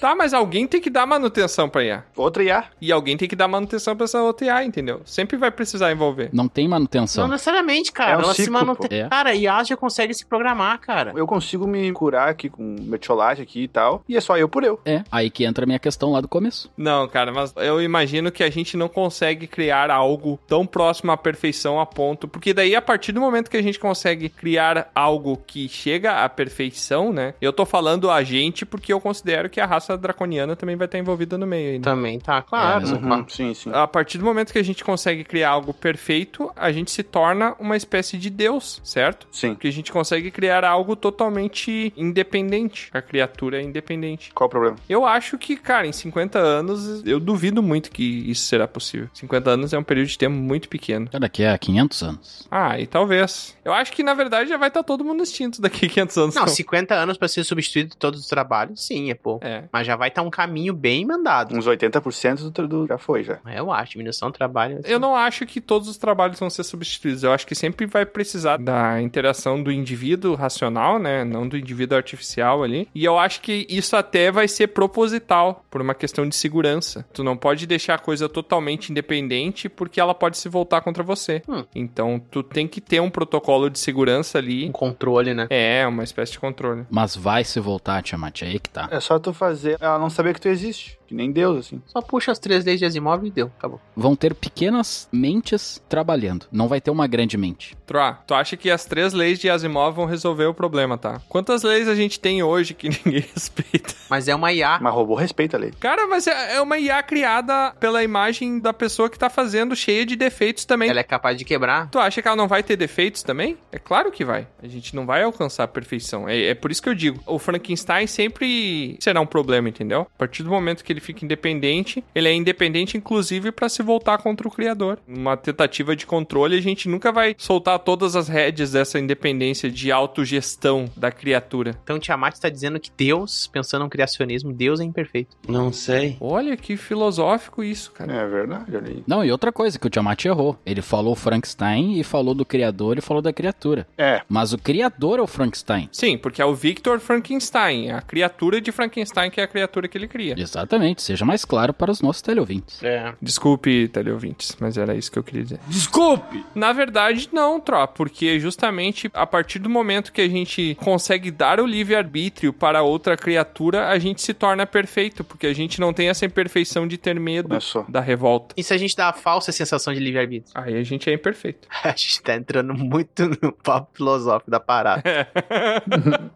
[SPEAKER 1] Tá, mas alguém tem que dar manutenção pra IA.
[SPEAKER 5] Outra IA.
[SPEAKER 1] E alguém tem que dar manutenção pra essa outra IA, entendeu? Sempre vai precisar envolver.
[SPEAKER 2] Não tem manutenção.
[SPEAKER 3] Não necessariamente, cara.
[SPEAKER 5] É um
[SPEAKER 3] Ela se
[SPEAKER 5] ciclo,
[SPEAKER 2] pô.
[SPEAKER 3] mantém.
[SPEAKER 2] É.
[SPEAKER 3] Cara, IAS já consegue se programar,
[SPEAKER 1] É.
[SPEAKER 3] cara.
[SPEAKER 5] Eu consigo me curar aqui com metiolate aqui e tal. E é só eu por eu.
[SPEAKER 2] É, aí que entra a minha questão lá do começo.
[SPEAKER 1] Não, cara, mas eu imagino que a gente não consegue criar algo tão próximo à perfeição a ponto. Porque daí, a partir do momento que a gente consegue criar algo que chega à perfeição, né? Eu tô falando a gente porque eu considero que a raça draconiana também vai estar envolvida no meio ainda.
[SPEAKER 3] Também tá,
[SPEAKER 2] É,
[SPEAKER 1] Ah,
[SPEAKER 3] claro.
[SPEAKER 2] mas
[SPEAKER 5] Uhum, sim, sim.
[SPEAKER 1] A partir do momento que a gente consegue criar algo perfeito, a gente se torna uma espécie de Deus, certo?
[SPEAKER 5] Sim.
[SPEAKER 1] Porque a gente consegue criar algo totalmente independente. A criatura é independente.
[SPEAKER 5] Qual o problema?
[SPEAKER 1] Eu acho que, cara, em 50 anos, eu duvido muito que isso será possível. 50 anos é um período de tempo muito pequeno.
[SPEAKER 2] É daqui a 500 anos.
[SPEAKER 1] Ah, e talvez. Eu acho que, na verdade, já vai estar todo mundo extinto daqui a 500 anos.
[SPEAKER 3] Não,
[SPEAKER 1] Então,
[SPEAKER 3] 50 anos pra ser substituído de todos os trabalhos, sim, é pouco.
[SPEAKER 1] É.
[SPEAKER 3] Mas já vai estar um caminho bem mandado. É,
[SPEAKER 5] Uns 80% do, tra- do já foi, já.
[SPEAKER 3] Eu acho, diminuição do trabalho. assim.
[SPEAKER 1] Eu não acho que todos os trabalhos vão ser substituídos. Eu acho que sempre vai precisar da interação do indivíduo racional, né? Não do indivíduo artificial ali. E eu acho que isso até vai ser proposital, por uma questão de segurança. Tu não pode deixar a coisa totalmente independente, porque ela pode se voltar contra você.
[SPEAKER 3] Hum.
[SPEAKER 1] Então, tu tem que ter um protocolo de segurança
[SPEAKER 3] Um
[SPEAKER 1] ali.
[SPEAKER 3] controle, né?
[SPEAKER 1] É, uma espécie de controle.
[SPEAKER 2] Mas vai se voltar, Tiamat, aí que tá.
[SPEAKER 5] É só tu fazer ela não saber que tu existe. Que nem Deus, assim.
[SPEAKER 3] Só puxa as três leis de Asimov e deu, acabou.
[SPEAKER 2] Vão ter pequenas mentes trabalhando. Não vai ter uma grande mente.
[SPEAKER 1] Troá, tu acha que as três leis de Asimov vão resolver o problema, tá? Quantas leis a gente tem hoje que ninguém respeita?
[SPEAKER 3] Mas é uma
[SPEAKER 1] Ah.
[SPEAKER 3] IA.
[SPEAKER 5] Mas robô respeita a lei.
[SPEAKER 1] Cara, mas é é uma IA criada pela imagem da pessoa que tá fazendo, cheia de defeitos também.
[SPEAKER 3] Ela é capaz de quebrar.
[SPEAKER 1] Tu acha que ela não vai ter defeitos também? É claro que vai. A gente não vai alcançar a perfeição. É, é por isso que eu digo. O Frankenstein sempre será um problema, entendeu? A partir do momento que ele fica independente, ele é independente, inclusive, pra se voltar contra o criador. Uma tentativa de controle, a gente nunca vai soltar todas as rédeas dessa independência de autogestão da criatura.
[SPEAKER 3] Então Tiamat tá dizendo que Deus, pensando no criacionismo, Deus é imperfeito.
[SPEAKER 7] Não sei.
[SPEAKER 1] Olha que filosófico isso, cara.
[SPEAKER 5] É verdade, olha aí.
[SPEAKER 2] Não, e outra coisa que o Tiamat errou. Ele falou Frankenstein e falou do criador e falou da criatura.
[SPEAKER 5] É.
[SPEAKER 2] Mas o criador é o Frankenstein.
[SPEAKER 1] Sim, porque é o Victor Frankenstein, a criatura de Frankenstein, que é a criatura que ele cria.
[SPEAKER 2] Exatamente, seja mais claro para os nossos teleouvintes.
[SPEAKER 3] É.
[SPEAKER 1] Desculpe, teleouvintes, mas era isso que eu queria dizer. Desculpe! Na verdade, não, Tro, porque justamente a partir do momento que a gente consegue dar o livre-arbítrio para outra criatura, a gente se torna perfeito, porque a gente não tem essa imperfeição de ter medo
[SPEAKER 5] Começou.
[SPEAKER 1] da revolta.
[SPEAKER 3] E se a gente dá a falsa sensação de livre-arbítrio?
[SPEAKER 1] Aí a gente é imperfeito.
[SPEAKER 3] A gente tá entrando muito no papo filosófico da parada.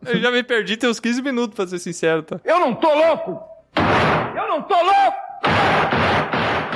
[SPEAKER 1] eu já me perdi tem uns 15 minutos, pra ser sincero, tá?
[SPEAKER 4] Eu não tô louco! Eu não não tô louco!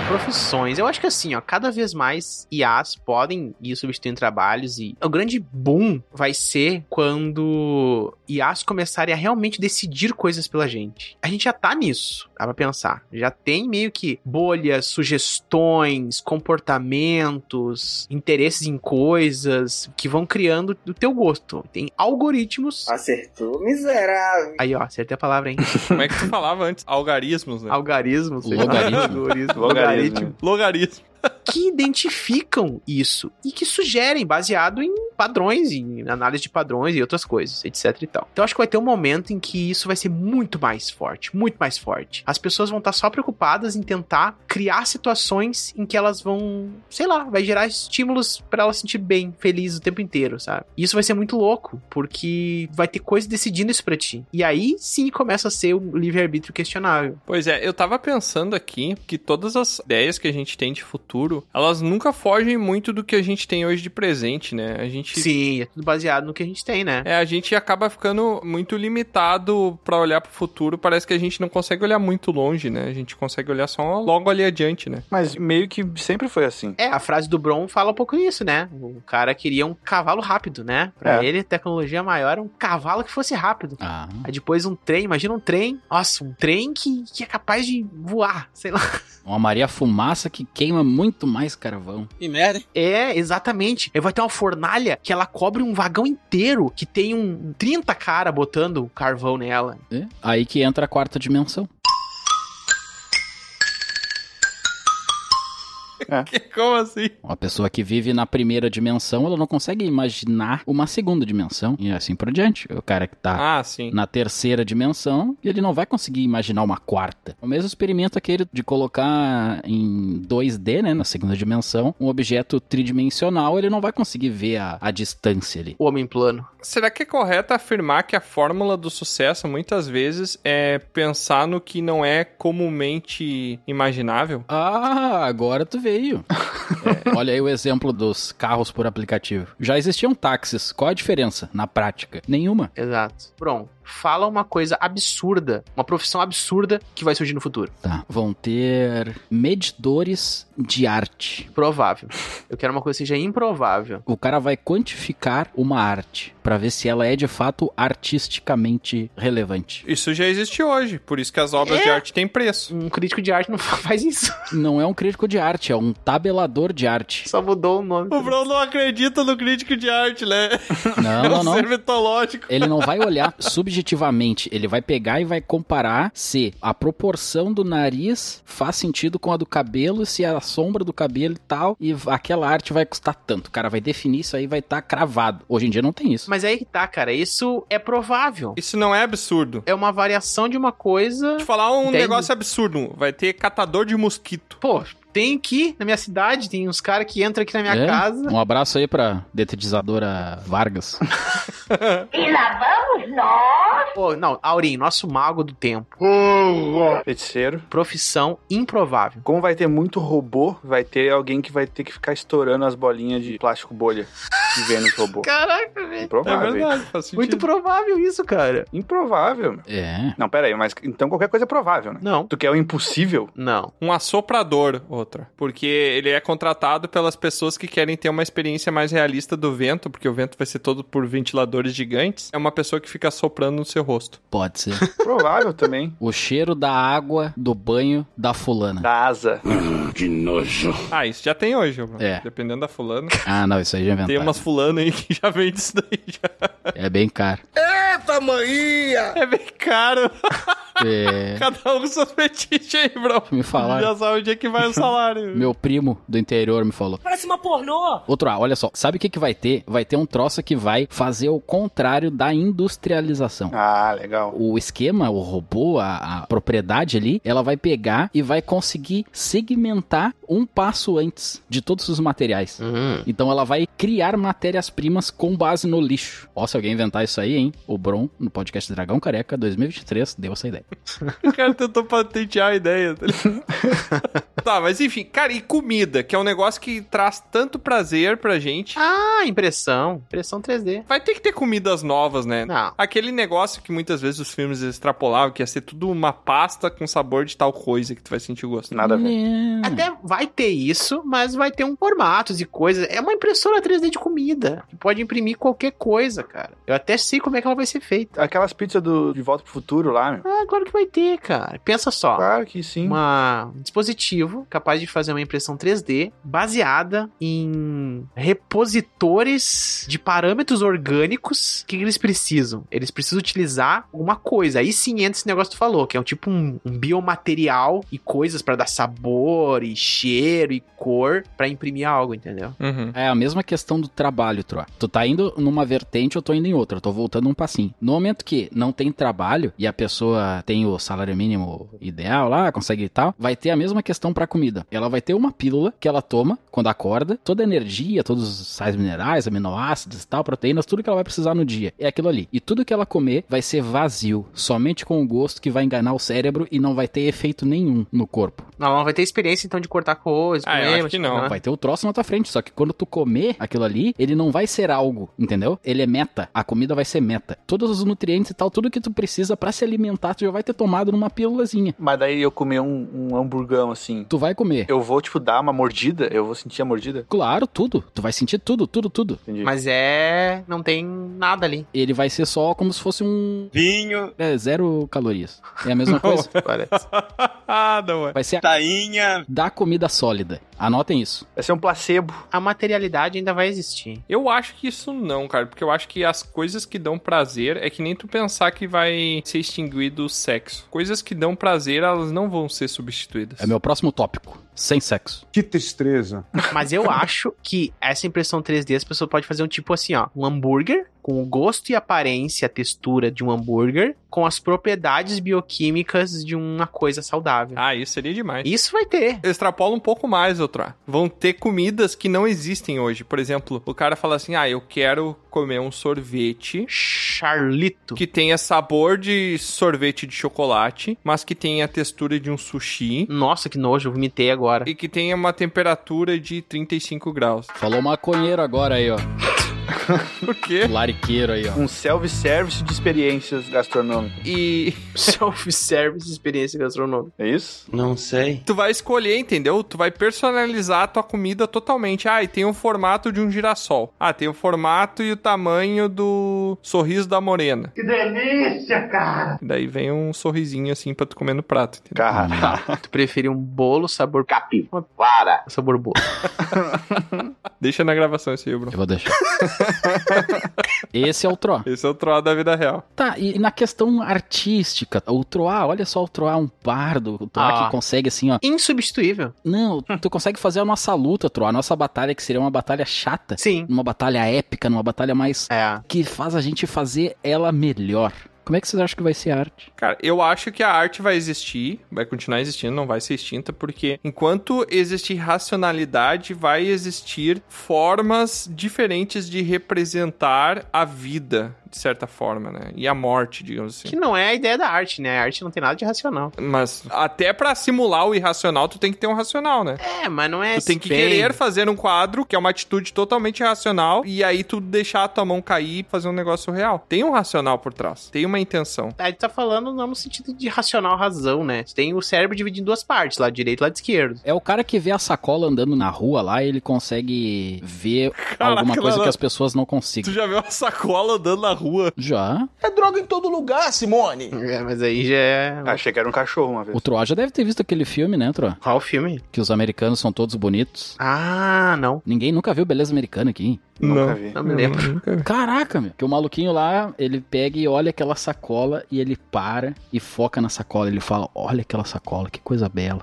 [SPEAKER 3] Profissões. Eu acho que assim, ó, cada vez mais IAs podem ir substituindo trabalhos e o grande boom vai ser quando IAs começarem a realmente decidir coisas pela gente. A gente já tá nisso, dá pra pensar. Já tem meio que bolhas, sugestões, comportamentos, interesses em coisas que vão criando do teu gosto. Tem algoritmos.
[SPEAKER 11] Acertou, miserável.
[SPEAKER 3] Aí, ó, acertei a palavra, hein?
[SPEAKER 1] Como é que tu falava antes? Algarismos, né?
[SPEAKER 3] Algarismos. sei lá.
[SPEAKER 2] Logaritmo.
[SPEAKER 3] Algoritmo.
[SPEAKER 5] Logaritmo.
[SPEAKER 1] Logarismo.
[SPEAKER 3] que identificam isso e que sugerem baseado em padrões, em análise de padrões e outras coisas, etc e tal. Então acho que vai ter um momento em que isso vai ser muito mais forte, muito mais forte. As pessoas vão estar só preocupadas em tentar criar situações em que elas vão, sei lá, vai gerar estímulos para elas se sentir bem, feliz o tempo inteiro, sabe? E isso vai ser muito louco, porque vai ter coisa decidindo isso pra ti. E aí sim começa a ser um livre-arbítrio questionável.
[SPEAKER 1] Pois é, eu tava pensando aqui que todas as ideias que a gente tem de futuro, elas nunca fogem muito do que a gente tem hoje de presente, né? A gente
[SPEAKER 3] Sim, é tudo baseado no que a gente tem, né?
[SPEAKER 1] É, a gente acaba ficando muito limitado pra olhar pro futuro, parece que a gente não consegue olhar muito longe, né? A gente consegue olhar só logo ali adiante, né?
[SPEAKER 5] Mas meio que sempre foi assim.
[SPEAKER 3] É, a frase do Bron fala um pouco isso, né? O cara queria um cavalo rápido, né? Pra
[SPEAKER 5] É.
[SPEAKER 3] ele, tecnologia maior era um cavalo que fosse rápido.
[SPEAKER 2] Ah,
[SPEAKER 3] Aí depois um trem, imagina um trem. Nossa, um trem que, que é capaz de voar, sei lá.
[SPEAKER 2] uma Maria Fumaça que queima muito mais carvão.
[SPEAKER 11] Que merda, hein?
[SPEAKER 3] É, exatamente. Aí vai ter uma fornalha que ela cobre um vagão inteiro, que tem um 30 cara botando carvão nela.
[SPEAKER 2] É, Aí que entra a quarta dimensão.
[SPEAKER 1] Como assim?
[SPEAKER 2] Uma pessoa que vive na primeira dimensão, ela não consegue imaginar uma segunda dimensão e assim por diante. O cara que tá
[SPEAKER 1] Ah, sim.
[SPEAKER 2] na terceira dimensão, ele não vai conseguir imaginar uma quarta. O mesmo experimento aquele de colocar em 2D, né, na segunda dimensão, um objeto tridimensional, ele não vai conseguir ver a, a distância ali.
[SPEAKER 3] O homem plano.
[SPEAKER 1] Será que é correto afirmar que a fórmula do sucesso muitas vezes é pensar no que não é comumente imaginável?
[SPEAKER 2] Ah, agora tu veio. É, olha aí o exemplo dos carros por aplicativo. Já existiam táxis. Qual a diferença na prática? Nenhuma.
[SPEAKER 3] Exato. Bron, fala uma coisa absurda, uma profissão absurda que vai surgir no futuro.
[SPEAKER 2] Tá. Vão ter medidores de arte.
[SPEAKER 3] Provável. Eu quero uma coisa que seja improvável.
[SPEAKER 2] O cara vai quantificar uma arte pra ver se ela é de fato artisticamente relevante.
[SPEAKER 1] Isso já existe hoje, por isso que as obras
[SPEAKER 3] É?
[SPEAKER 1] de arte têm preço.
[SPEAKER 3] Um crítico de arte não faz isso.
[SPEAKER 2] Não é um crítico de arte, é um tabelador de arte.
[SPEAKER 3] Só mudou o nome.
[SPEAKER 1] O Bruno não acredita no crítico de arte, né?
[SPEAKER 2] Não, não,
[SPEAKER 1] É um ser
[SPEAKER 2] não.
[SPEAKER 1] mitológico.
[SPEAKER 2] Ele não vai olhar subjetivamente, ele vai pegar e vai comparar se a proporção do nariz faz sentido com a do cabelo, se a sombra do cabelo e tal, e aquela arte vai custar tanto. O cara vai definir isso aí, vai estar cravado. Hoje em dia não tem isso.
[SPEAKER 3] Mas aí que tá, cara. Isso é provável.
[SPEAKER 1] Isso não é absurdo.
[SPEAKER 3] É uma variação de uma coisa.
[SPEAKER 1] Vou te falar um
[SPEAKER 3] Entendo.
[SPEAKER 1] negócio absurdo. Vai ter catador de mosquito.
[SPEAKER 3] Pô, tem aqui na minha cidade, tem uns caras que entram aqui na minha
[SPEAKER 2] É?
[SPEAKER 3] casa.
[SPEAKER 2] Um abraço aí pra detetizadora Vargas.
[SPEAKER 9] E lá vamos nós!
[SPEAKER 3] Pô, não, Aurim, nosso mago do tempo.
[SPEAKER 5] Feiticeiro.
[SPEAKER 3] Profissão improvável.
[SPEAKER 5] Como vai ter muito robô, vai ter alguém que vai ter que ficar estourando as bolinhas de plástico bolha que vem no robô.
[SPEAKER 3] Caraca,
[SPEAKER 5] É
[SPEAKER 3] velho.
[SPEAKER 1] Ah,
[SPEAKER 5] Improvável.
[SPEAKER 1] É faz sentido.
[SPEAKER 3] Muito provável isso, cara.
[SPEAKER 5] Improvável, meu.
[SPEAKER 2] É.
[SPEAKER 5] Não, pera aí, mas então qualquer coisa é provável, né?
[SPEAKER 3] Não.
[SPEAKER 5] Tu quer o impossível?
[SPEAKER 3] Não.
[SPEAKER 1] Um assoprador, outra. Porque ele é contratado pelas pessoas que querem ter uma experiência mais realista do vento, porque o vento vai ser todo por ventiladores gigantes. É uma pessoa que fica soprando no seu rosto.
[SPEAKER 2] Pode ser.
[SPEAKER 5] Provável também.
[SPEAKER 2] O cheiro da água do banho da fulana.
[SPEAKER 5] Da asa.
[SPEAKER 1] Ah, isso já tem hoje, mano.
[SPEAKER 2] É.
[SPEAKER 1] Dependendo da fulana.
[SPEAKER 2] Ah, não, isso aí já inventaram.
[SPEAKER 1] Tem umas fulana aí que já vende isso daí. já.
[SPEAKER 2] É bem caro.
[SPEAKER 4] Eita, Maria!
[SPEAKER 1] É bem caro.
[SPEAKER 2] É,
[SPEAKER 1] Cada um com seus fetiches aí, bro.
[SPEAKER 2] me
[SPEAKER 1] Já
[SPEAKER 2] falaram.
[SPEAKER 1] sabe onde é que vai o salário.
[SPEAKER 2] Meu primo do interior me falou.
[SPEAKER 4] Parece uma pornô!
[SPEAKER 2] Outro A, olha só. Sabe o que, que vai ter? Vai ter um troço que vai fazer o contrário da industrialização.
[SPEAKER 5] Ah, legal.
[SPEAKER 2] O esquema, o robô, a, a propriedade ali, ela vai pegar e vai conseguir segmentar um passo antes de todos os materiais.
[SPEAKER 3] Hum.
[SPEAKER 2] Então ela vai criar matérias-primas com base no lixo. Ó, se alguém inventar isso aí, hein? O Bron, no podcast Dragão Careca 2023, deu essa ideia.
[SPEAKER 1] O cara tentou patentear a ideia. Tá, ligado? tá mas Mas enfim, cara, e comida, que é um negócio que traz tanto prazer pra gente.
[SPEAKER 3] Ah, impressão. Impressão 3D.
[SPEAKER 1] Vai ter que ter comidas novas, né?
[SPEAKER 3] Não.
[SPEAKER 1] Aquele negócio que muitas vezes os filmes extrapolavam, que ia ser tudo uma pasta com sabor de tal coisa que tu vai sentir o gosto.
[SPEAKER 5] Nada a ver.
[SPEAKER 2] É.
[SPEAKER 3] Até vai ter isso, mas vai ter um formatos e coisas. É uma impressora 3D de comida. Que pode imprimir qualquer coisa, cara. Eu até sei como é que ela vai ser feita.
[SPEAKER 5] Aquelas pizzas do De Volta pro Futuro lá, meu.
[SPEAKER 3] Ah, claro que vai ter, cara. Pensa só.
[SPEAKER 5] Claro que sim.
[SPEAKER 3] Uma- um dispositivo capaz de fazer uma impressão 3D baseada em repositores de parâmetros orgânicos. O que, que eles precisam? Eles precisam utilizar uma coisa. Aí sim entra esse negócio que tu falou, que é um tipo um, um biomaterial e coisas pra dar sabor e cheiro e cor pra imprimir algo, entendeu?
[SPEAKER 1] Uhum.
[SPEAKER 2] É a mesma questão do trabalho, Troa. Tu tá indo numa vertente, eu tô indo em outra, eu tô voltando um passinho. No momento que não tem trabalho e a pessoa tem o salário mínimo ideal lá, consegue e tal, vai ter a mesma questão pra comida. Ela vai ter uma pílula que ela toma quando acorda, toda a energia, todos os sais minerais, aminoácidos e tal, proteínas, tudo que ela vai precisar no dia. É aquilo ali. E tudo que ela comer vai ser vazio, somente com o gosto que vai enganar o cérebro e não vai ter efeito nenhum no corpo.
[SPEAKER 3] Não, não vai ter experiência então de cortar coisas,
[SPEAKER 1] Ah, eu acho que não.
[SPEAKER 2] Vai ter o troço na tua frente, só que quando tu comer aquilo ali, ele não vai ser algo, entendeu? Ele é meta. A comida vai ser meta. Todos os nutrientes e tal, tudo que tu precisa pra se alimentar, tu já vai ter tomado numa pílulazinha.
[SPEAKER 5] Mas daí eu comer um, um hamburgão assim.
[SPEAKER 2] Tu vai comer.
[SPEAKER 5] Eu vou, tipo, dar uma mordida? Eu vou sentir a mordida?
[SPEAKER 2] Claro, tudo. Tu vai sentir tudo, tudo, tudo.
[SPEAKER 5] Entendi.
[SPEAKER 3] Mas é. Não tem nada ali.
[SPEAKER 2] Ele vai ser só como se fosse um.
[SPEAKER 4] Vinho,
[SPEAKER 2] É, zero calorias. É a mesma coisa.
[SPEAKER 3] Parece.
[SPEAKER 1] ah, não é.
[SPEAKER 2] Vai ser a...
[SPEAKER 4] tainha.
[SPEAKER 2] da comida sólida. Anotem isso.
[SPEAKER 5] Vai ser um placebo.
[SPEAKER 3] A materialidade ainda vai existir.
[SPEAKER 1] Eu acho que isso não, cara, porque eu acho que as coisas que dão prazer é que nem tu pensar que vai ser extinguido o sexo. Coisas que dão prazer, elas não vão ser substituídas.
[SPEAKER 2] É meu próximo tópico. Sem sexo.
[SPEAKER 12] Que tristeza.
[SPEAKER 3] Mas eu acho que essa impressão 3D as pessoas podem fazer um tipo assim, ó, um hambúrguer com o gosto e aparência, a textura de um hambúrguer, com as propriedades bioquímicas de uma coisa saudável.
[SPEAKER 1] Ah, isso seria demais.
[SPEAKER 3] Isso vai ter.
[SPEAKER 1] extrapola um pouco mais, outra. Vão ter comidas que não existem hoje. Por exemplo, o cara fala assim: ah, eu quero comer um sorvete
[SPEAKER 3] Charlito.
[SPEAKER 1] que tenha sabor de sorvete de chocolate, mas que tenha a textura de um sushi
[SPEAKER 2] Hum.
[SPEAKER 3] Nossa, que nojo, eu vomitei agora.
[SPEAKER 1] e que tenha uma temperatura de 35 graus.
[SPEAKER 2] Falou maconheiro agora aí, ó.
[SPEAKER 1] Por quê?
[SPEAKER 2] Lariqueiro aí, ó.
[SPEAKER 5] Um self-service de experiências gastronômicas.
[SPEAKER 1] E
[SPEAKER 3] Self-service experiência gastronômica.
[SPEAKER 5] É isso?
[SPEAKER 7] Não sei.
[SPEAKER 1] tu vai escolher, entendeu? Tu vai personalizar a tua comida totalmente. Ah, e tem o formato de um girassol. Ah, tem o formato e o tamanho do sorriso da morena.
[SPEAKER 4] Que delícia, cara!
[SPEAKER 1] Daí vem um sorrisinho assim pra tu comer no prato, entendeu?
[SPEAKER 5] Cara.
[SPEAKER 3] Tu preferiu um bolo sabor capi?
[SPEAKER 11] Para!
[SPEAKER 3] Sabor bolo.
[SPEAKER 1] Deixa na gravação esse aí, Bruno.
[SPEAKER 2] Eu vou deixar. Esse é o Tro.
[SPEAKER 1] Esse é o troll da vida real.
[SPEAKER 2] Tá, e na questão artística, o Troar, olha só o Troar, um pardo, o Troar
[SPEAKER 3] Ah.
[SPEAKER 2] que consegue assim, ó.
[SPEAKER 3] Insubstituível.
[SPEAKER 2] Não, tu consegue fazer a nossa luta, Troar, a nossa batalha, que seria uma batalha chata,
[SPEAKER 3] Sim.
[SPEAKER 2] numa batalha épica, numa batalha mais.
[SPEAKER 3] É.
[SPEAKER 2] que faz a gente fazer ela melhor. Como é que vocês acham que vai ser a arte?
[SPEAKER 1] Cara, eu acho que a arte vai existir, vai continuar existindo, não vai ser extinta, porque enquanto existir racionalidade, vai existir formas diferentes de representar a vida, de certa forma, né? E a morte, digamos assim.
[SPEAKER 3] Que não é a ideia da arte, né? A arte não tem nada de racional.
[SPEAKER 1] Mas até pra simular o irracional, tu tem que ter um racional, né?
[SPEAKER 3] É, mas não é
[SPEAKER 1] Tu tem que
[SPEAKER 3] bem-
[SPEAKER 1] querer fazer um quadro, que é uma atitude totalmente irracional, e aí tu deixar a tua mão cair e fazer um negócio real. Tem um racional por trás, tem uma intenção.
[SPEAKER 3] A gente tá falando não no sentido de racional razão, né? Tu tem o cérebro dividido em duas partes, lado direito e lado esquerdo.
[SPEAKER 2] É o cara que vê a sacola andando na rua lá e ele consegue ver
[SPEAKER 1] Caraca,
[SPEAKER 2] alguma coisa
[SPEAKER 1] Lala.
[SPEAKER 2] que as pessoas não
[SPEAKER 1] Tu
[SPEAKER 2] consigam.
[SPEAKER 1] já viu uma sacola andando na rua?
[SPEAKER 2] Já.
[SPEAKER 11] É droga em todo lugar, Simone!
[SPEAKER 3] É, mas aí já é.
[SPEAKER 5] Achei que era um cachorro uma vez.
[SPEAKER 2] O Troar já deve ter visto aquele filme, né, Troar?
[SPEAKER 3] Qual o filme?
[SPEAKER 2] Que os americanos são todos bonitos.
[SPEAKER 3] Ah, não.
[SPEAKER 2] Ninguém nunca viu beleza americana aqui, hein?
[SPEAKER 5] Nunca vi.
[SPEAKER 3] Não me lembro.
[SPEAKER 2] Caraca, meu. Que o maluquinho lá, ele pega e olha aquela sacola e ele para e foca na sacola. Ele fala: Olha aquela sacola, que coisa bela.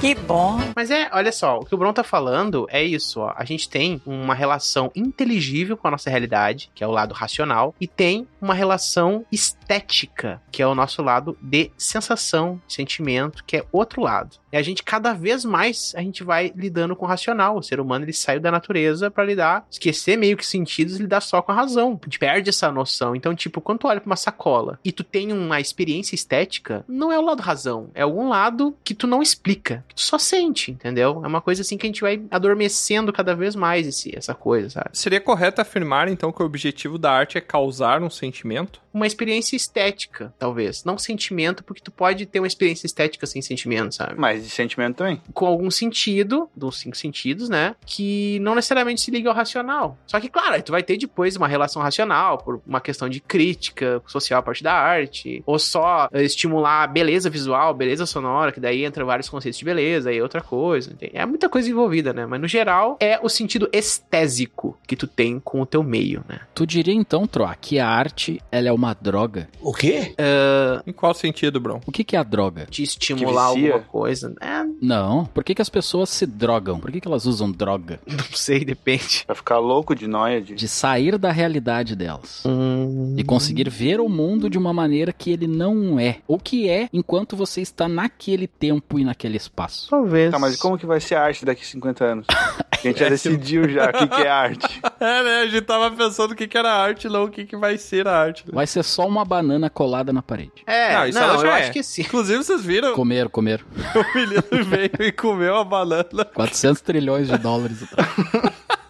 [SPEAKER 12] Que bom.
[SPEAKER 3] Mas é, olha só, o que o Bron tá falando é isso, ó. A gente tem uma relação inteligível com a nossa realidade, que é o lado racional, e tem uma relação estética, que é o nosso lado de sensação, sentimento, que é outro lado. E a gente cada vez mais a gente vai lidando com o racional. O ser humano ele saiu da natureza para lidar, esquecer meio que sentidos e lidar só com a razão. A gente perde essa noção. Então, tipo, quando tu olha pra uma sacola e tu tem uma experiência estética, não é o lado razão, é algum lado que tu não explica, que tu só sente, entendeu? É uma coisa assim que a gente vai adormecendo cada vez mais esse, essa coisa, sabe?
[SPEAKER 1] Seria correto afirmar então que o objetivo da arte é causar um sentimento?
[SPEAKER 3] Uma experiência estética, talvez. Não sentimento, porque tu pode ter uma experiência estética sem sentimento, sabe?
[SPEAKER 5] Mas de sentimento também.
[SPEAKER 3] Com algum sentido, dos cinco sentidos, né? Que não necessariamente se liga ao racional. Só que, claro, tu vai ter depois uma relação racional, por uma questão de crítica social a partir da arte, ou só eh, estimular a beleza visual, beleza sonora, que daí entra vários conceitos de beleza e outra coisa. Entende? É muita coisa envolvida, né? Mas no geral, é o sentido estésico que tu tem com o teu meio, né?
[SPEAKER 2] Tu diria então, Troa, que a arte, ela é uma droga?
[SPEAKER 11] O quê?
[SPEAKER 1] Uh... Em qual sentido, Bron?
[SPEAKER 2] O que, que é a droga?
[SPEAKER 3] Te estimular alguma coisa. É...
[SPEAKER 2] Não. Por que, que as pessoas se drogam? Por que, que elas usam droga?
[SPEAKER 3] Não sei, depende.
[SPEAKER 5] Pra ficar louco de noia. De,
[SPEAKER 2] de sair da realidade delas. Hum... E conseguir ver o mundo de uma maneira que ele não é. Ou que é enquanto você está naquele tempo e naquele espaço.
[SPEAKER 3] Talvez.
[SPEAKER 5] Tá, mas como que vai ser arte daqui 50 anos? a gente já decidiu já o que, que é arte.
[SPEAKER 1] é, né? A gente tava pensando o que, que era arte, não o que, que vai ser a arte. Né?
[SPEAKER 2] Vai ser só uma banana colada na parede.
[SPEAKER 3] É, não, isso não, ela já eu é. acho que sim.
[SPEAKER 1] Inclusive, vocês viram.
[SPEAKER 2] Comeram, comeram.
[SPEAKER 1] O menino veio e comeu a banana.
[SPEAKER 2] 400 trilhões de dólares.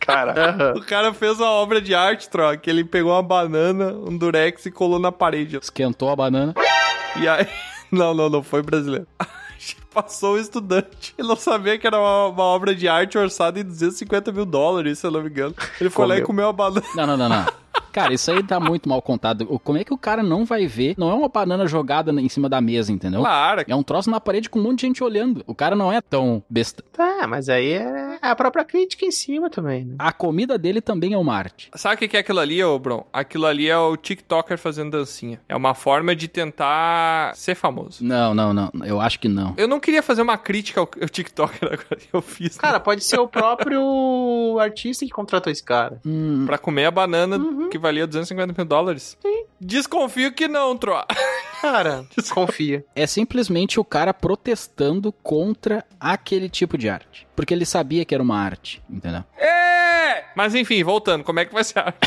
[SPEAKER 5] Cara.
[SPEAKER 1] Uhum. O cara fez uma obra de arte, troca. Ele pegou uma banana, um durex e colou na parede.
[SPEAKER 2] Esquentou a banana.
[SPEAKER 1] E aí. Não, não, não foi brasileiro passou o estudante. Ele não sabia que era uma, uma, obra de arte orçada em 250 mil dólares, se eu não me engano. Ele foi comeu. lá e comeu a banana.
[SPEAKER 2] Não, não, não, não. Cara, isso aí tá muito mal contado. Como é que o cara não vai ver? Não é uma banana jogada em cima da mesa, entendeu?
[SPEAKER 1] Claro.
[SPEAKER 2] É um troço na parede com um monte de gente olhando. O cara não é tão besta.
[SPEAKER 3] Tá, mas aí é a própria crítica em cima também, né?
[SPEAKER 2] A comida dele também é uma arte.
[SPEAKER 1] Sabe o que é aquilo ali, ô Bron? Aquilo ali é o TikToker fazendo dancinha. É uma forma de tentar ser famoso.
[SPEAKER 2] Não, não, não. Eu acho que não.
[SPEAKER 1] Eu não queria fazer uma crítica ao TikToker agora eu fiz.
[SPEAKER 3] Cara, né? pode ser o próprio artista que contratou esse cara.
[SPEAKER 1] Hum. Pra comer a banana uhum. que valia 250 mil dólares?
[SPEAKER 3] Sim.
[SPEAKER 1] Desconfio que não, Troa.
[SPEAKER 3] Cara, desconfia.
[SPEAKER 2] É simplesmente o cara protestando contra aquele tipo de arte. Porque ele sabia que era uma arte, entendeu?
[SPEAKER 1] É! Mas enfim, voltando, como é que vai ser a arte?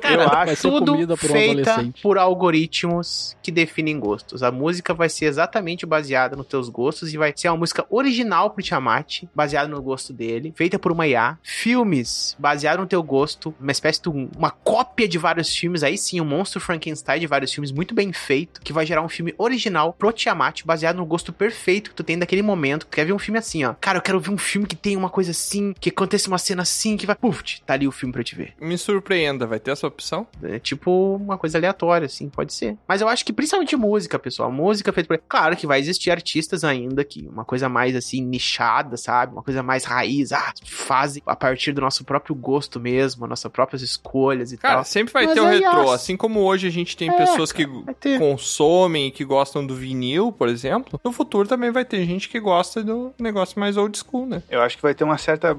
[SPEAKER 3] Cara, Eu acho tudo por feita um por algoritmos que definem gostos. A música vai ser exatamente baseada nos teus gostos e vai ser uma música original pro Tiamat, baseada no gosto dele, feita por uma IA. Filmes baseados no teu gosto, uma espécie de um, uma cópia de vários filmes, aí sim, o um monstro Frankenstein de vários filmes muito bem feito, que vai gerar um filme original pro Tiamat, baseado no gosto perfeito que tu tem daquele momento. Tu quer ver um filme assim, ó. Cara, eu quero ver um filme que tem uma coisa assim, que aconteça uma cena assim, que vai. Puf, tá ali o filme pra eu te ver.
[SPEAKER 1] Me surpreenda, vai ter essa opção?
[SPEAKER 3] É tipo uma coisa aleatória, assim, pode ser. Mas eu acho que principalmente música, pessoal. Música feita por. Claro que vai existir artistas ainda que uma coisa mais assim, nichada, sabe? Uma coisa mais raiz. Ah, fazem a partir do nosso próprio gosto mesmo, nossas próprias escolhas e
[SPEAKER 1] cara,
[SPEAKER 3] tal.
[SPEAKER 1] sempre vai Mas ter o retrô. Assim como hoje a gente tem é, pessoas que cara, consomem e que gostam do vinil, por exemplo, no futuro também vai ter gente que gosta do negócio mais old school, né?
[SPEAKER 5] Eu acho que vai ter uma certa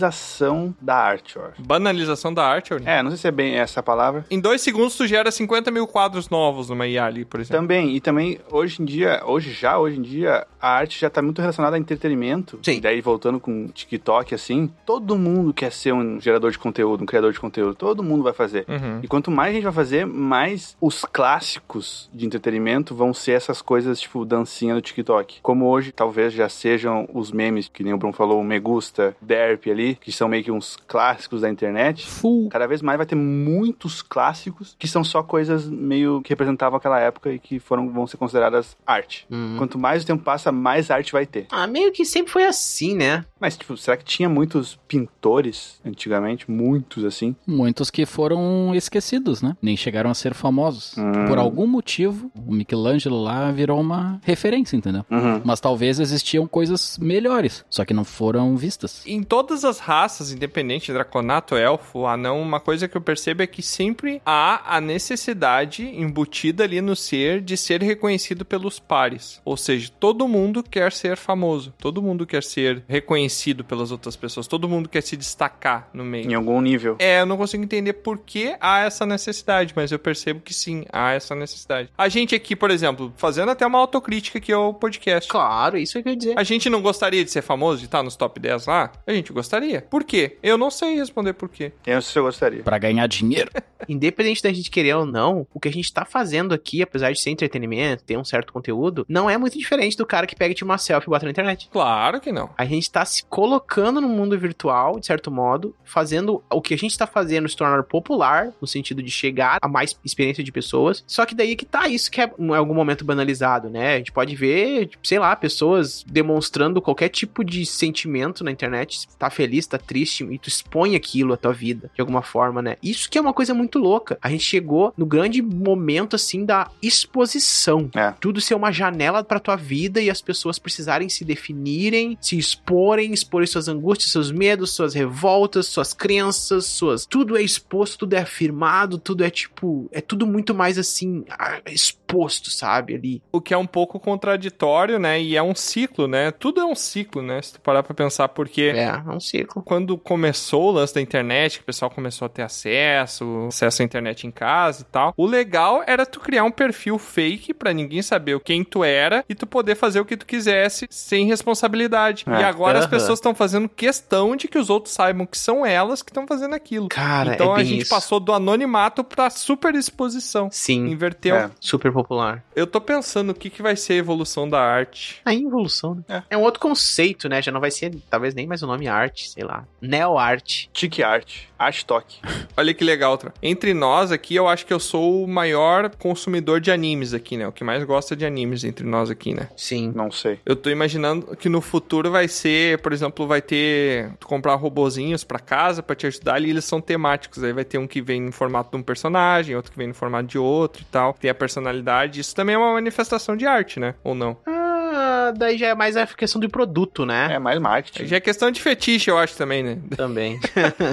[SPEAKER 5] banalização da arte, ó.
[SPEAKER 1] Banalização da arte, Orne?
[SPEAKER 5] É, não sei se é bem essa palavra.
[SPEAKER 1] Em dois segundos tu gera 50 mil quadros novos numa IA ali, por exemplo.
[SPEAKER 5] Também, e também hoje em dia, hoje já, hoje em dia, a arte já tá muito relacionada a entretenimento.
[SPEAKER 3] Sim.
[SPEAKER 5] E daí voltando com TikTok, assim, todo mundo quer ser um gerador de conteúdo, um criador de conteúdo. Todo mundo vai fazer.
[SPEAKER 1] Uhum.
[SPEAKER 5] E quanto mais a gente vai fazer, mais os clássicos de entretenimento vão ser essas coisas, tipo, dancinha do TikTok. Como hoje, talvez já sejam os memes, que nem o Bruno falou, o Me Gusta, Derp ali, que são meio que uns clássicos da internet.
[SPEAKER 2] Full.
[SPEAKER 5] Cada vez mais vai ter muitos clássicos que são só coisas meio que representavam aquela época e que foram, vão ser consideradas arte.
[SPEAKER 3] Uhum.
[SPEAKER 5] Quanto mais o tempo passa, mais arte vai ter.
[SPEAKER 3] Ah, meio que sempre foi assim, né?
[SPEAKER 5] Mas, tipo, será que tinha muitos pintores antigamente? Muitos, assim?
[SPEAKER 2] Muitos que foram esquecidos, né? Nem chegaram a ser famosos.
[SPEAKER 5] Hum.
[SPEAKER 2] Por algum motivo, o Michelangelo lá virou uma referência, entendeu?
[SPEAKER 5] Uhum.
[SPEAKER 2] Mas talvez existiam coisas melhores, só que não foram vistas.
[SPEAKER 1] Em todas as raças, independente draconato, elfo, anão, uma coisa que eu percebo é que sempre há a necessidade embutida ali no ser de ser reconhecido pelos pares. Ou seja, todo mundo quer ser famoso, todo mundo quer ser reconhecido pelas outras pessoas, todo mundo quer se destacar no meio.
[SPEAKER 5] Em algum nível.
[SPEAKER 1] É, eu não consigo entender por que há essa necessidade, mas eu percebo que sim, há essa necessidade. A gente aqui, por exemplo, fazendo até uma autocrítica que é o podcast.
[SPEAKER 3] Claro, isso é que eu ia dizer.
[SPEAKER 1] A gente não gostaria de ser famoso, de estar nos top 10 lá? A gente gostaria. Por quê? Eu não sei responder por quê.
[SPEAKER 5] Eu sei se eu é gostaria.
[SPEAKER 2] Pra ganhar dinheiro.
[SPEAKER 3] Independente da gente querer ou não, o que a gente tá fazendo aqui, apesar de ser entretenimento, ter um certo conteúdo, não é muito diferente do cara que pega e tira uma selfie e bota na internet.
[SPEAKER 1] Claro que não.
[SPEAKER 3] A gente tá se colocando no mundo virtual, de certo modo, fazendo o que a gente tá fazendo se tornar popular, no sentido de chegar a mais experiência de pessoas. Só que daí que tá isso que é em algum momento banalizado, né? A gente pode ver, tipo, sei lá, pessoas demonstrando qualquer tipo de sentimento na internet, se tá feliz, tá triste, e tu expõe aquilo à tua vida, de alguma forma, né? Isso que é uma coisa muito louca. A gente chegou no grande momento, assim, da exposição.
[SPEAKER 5] É.
[SPEAKER 3] Tudo ser uma janela pra tua vida e as pessoas precisarem se definirem, se exporem, exporem suas angústias, seus medos, suas revoltas, suas crenças, suas. Tudo é exposto, tudo é afirmado, tudo é tipo. É tudo muito mais assim, ah, exposto, sabe? Ali.
[SPEAKER 1] O que é um pouco contraditório, né? E é um ciclo, né? Tudo é um ciclo, né? Se tu parar pra pensar, porque
[SPEAKER 3] É, é um ciclo.
[SPEAKER 1] quando começou o lance da internet, que o pessoal começou a ter acesso, acesso à internet em casa e tal, o legal era tu criar um perfil fake pra ninguém saber quem tu era e tu poder fazer o que tu quisesse sem responsabilidade.
[SPEAKER 5] É.
[SPEAKER 1] E agora as
[SPEAKER 3] Aham.
[SPEAKER 1] pessoas estão fazendo questão de que os outros saibam que são elas que estão fazendo aquilo.
[SPEAKER 3] Cara,
[SPEAKER 1] então
[SPEAKER 3] é
[SPEAKER 1] a
[SPEAKER 3] bem
[SPEAKER 1] gente
[SPEAKER 3] isso.
[SPEAKER 1] passou do anonimato pra super exposição.
[SPEAKER 3] Sim,
[SPEAKER 1] Inverteu.
[SPEAKER 5] É.
[SPEAKER 3] super popular.
[SPEAKER 1] Eu tô pensando o que, que vai ser a evolução da arte.
[SPEAKER 3] A evolução, né? É. um outro conceito, né? Já não vai ser, talvez, nem mais o nome arte, sei lá. Neo-arte.
[SPEAKER 5] Tique art. Art toque.
[SPEAKER 1] Olha que legal, Tra. Entre nós aqui, eu acho que eu sou o maior consumidor de animes aqui, né? O que mais gosta de animes entre nós aqui, né?
[SPEAKER 3] Sim.
[SPEAKER 5] Não sei.
[SPEAKER 1] Eu tô imaginando que no futuro vai ser, por exemplo, vai ter tu comprar robozinhos pra casa pra te ajudar ali, eles são temáticos. Aí vai ter um que vem no formato de um personagem, outro que vem no formato de outro e tal. Tem a personalidade. Isso também é uma manifestação de arte, né? Ou não?
[SPEAKER 3] Ah, daí já é mais a questão do produto, né?
[SPEAKER 5] É mais marketing.
[SPEAKER 1] Já é questão de fetiche, eu acho também, né?
[SPEAKER 3] Também.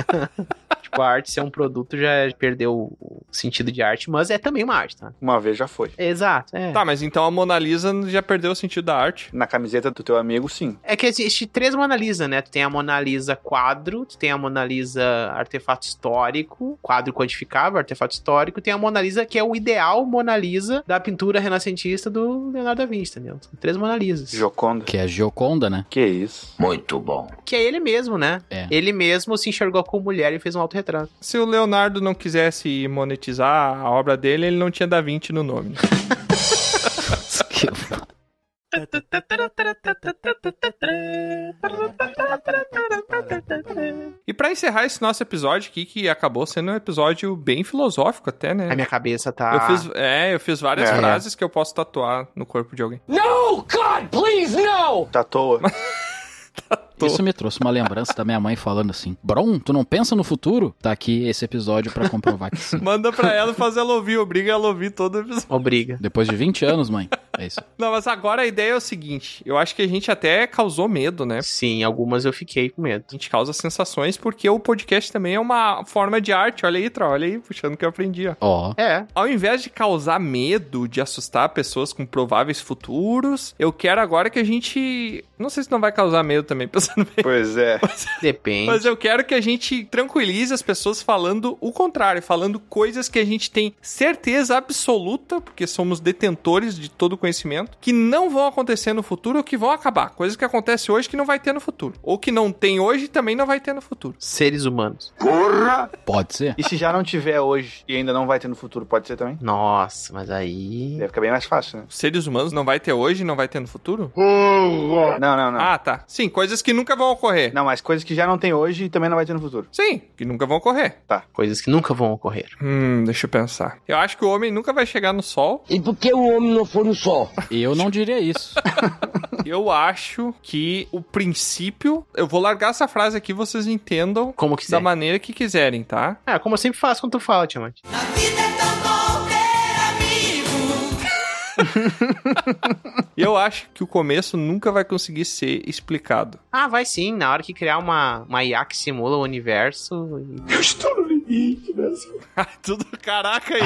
[SPEAKER 3] tipo, a arte ser um produto já perdeu o sentido de arte, mas é também uma arte, tá?
[SPEAKER 5] Uma vez já foi.
[SPEAKER 3] Exato, é.
[SPEAKER 1] Tá, mas então a Mona Lisa já perdeu o sentido da arte.
[SPEAKER 5] Na camiseta do teu amigo, sim.
[SPEAKER 3] É que existe três Mona Lisa, né? Tu tem a Mona Lisa quadro, tu tem a Mona Lisa artefato histórico, quadro codificável, artefato histórico, e tem a Mona Lisa que é o ideal Mona Lisa da pintura renascentista do Leonardo da Vinci, entendeu? São três Mona Lisas.
[SPEAKER 5] Joconda.
[SPEAKER 2] Que é a Gioconda, né?
[SPEAKER 5] Que isso?
[SPEAKER 7] Muito bom.
[SPEAKER 3] Que é ele mesmo, né?
[SPEAKER 2] É.
[SPEAKER 3] Ele mesmo se enxergou como mulher e fez um autorretrato.
[SPEAKER 1] Se o Leonardo não quisesse monetizar a obra dele, ele não tinha Da Vinci no nome. né?
[SPEAKER 2] Que-
[SPEAKER 1] e pra encerrar esse nosso episódio aqui, que acabou sendo um episódio bem filosófico até, né?
[SPEAKER 3] A minha cabeça tá.
[SPEAKER 1] Eu fiz, é, eu fiz várias
[SPEAKER 5] É.
[SPEAKER 1] frases que eu posso tatuar no corpo de alguém.
[SPEAKER 4] No, God, please, no!
[SPEAKER 5] Tá à toa.
[SPEAKER 2] Isso me trouxe uma lembrança da minha mãe falando assim: Bron, tu não pensa no futuro? Tá aqui esse episódio pra comprovar que sim.
[SPEAKER 1] Manda pra ela e faz ela ouvir, obriga ela a ouvir todo o episódio.
[SPEAKER 3] Obriga.
[SPEAKER 2] Depois de 20 anos, mãe. É isso.
[SPEAKER 1] Não, mas agora a ideia é o seguinte: eu acho que a gente até causou medo, né?
[SPEAKER 3] Sim, algumas eu fiquei com medo.
[SPEAKER 1] A gente causa sensações porque o podcast também é uma forma de arte. Olha aí, Tra, olha aí, puxando o que eu aprendi, ó.
[SPEAKER 2] Ó.
[SPEAKER 3] É,
[SPEAKER 1] Ao invés de causar medo, de assustar pessoas com prováveis futuros, eu quero agora que a gente. Não sei se não vai causar medo também, pensando bem.
[SPEAKER 5] Pois é.
[SPEAKER 3] depende.
[SPEAKER 1] Mas eu quero que a gente tranquilize as pessoas falando o contrário, falando coisas que a gente tem certeza absoluta, porque somos detentores de todo o conhecimento, que não vão acontecer no futuro ou que vão acabar. Coisas que acontecem hoje que não vai ter no futuro. Ou que não tem hoje e também não vai ter no futuro.
[SPEAKER 3] Seres humanos.
[SPEAKER 2] Pode ser?
[SPEAKER 5] E se já não tiver hoje e ainda não vai ter no futuro, pode ser também?
[SPEAKER 3] Nossa, mas aí.
[SPEAKER 1] É.
[SPEAKER 5] Deve ficar bem mais fácil, né?
[SPEAKER 1] Seres humanos não vai ter hoje e não vai ter no futuro?
[SPEAKER 5] Não, não, não.
[SPEAKER 1] Ah, é. tá. Sim, coisas que nunca vão ocorrer.
[SPEAKER 5] Não, mas coisas que já não tem hoje e também não vai ter no futuro.
[SPEAKER 1] Sim, que nunca vão ocorrer.
[SPEAKER 3] Coisas que nunca vão ocorrer.
[SPEAKER 1] Hum, deixa eu pensar. Eu acho que o homem nunca vai chegar no sol.
[SPEAKER 4] E por que o homem não foi no
[SPEAKER 7] sol.
[SPEAKER 2] Eu não diria isso.
[SPEAKER 1] Eu acho que o princípio. Eu vou largar essa frase aqui, vocês entendam
[SPEAKER 3] como
[SPEAKER 1] da maneira que quiserem, tá?
[SPEAKER 3] É, como eu sempre faço quando tu fala, Tiamante.
[SPEAKER 8] é
[SPEAKER 1] Eu acho que o começo nunca vai conseguir ser explicado.
[SPEAKER 3] Ah, vai sim, na hora que criar uma, uma IA que simula o universo. e-
[SPEAKER 4] Eu estou no limite,
[SPEAKER 1] Tudo, caraca aí.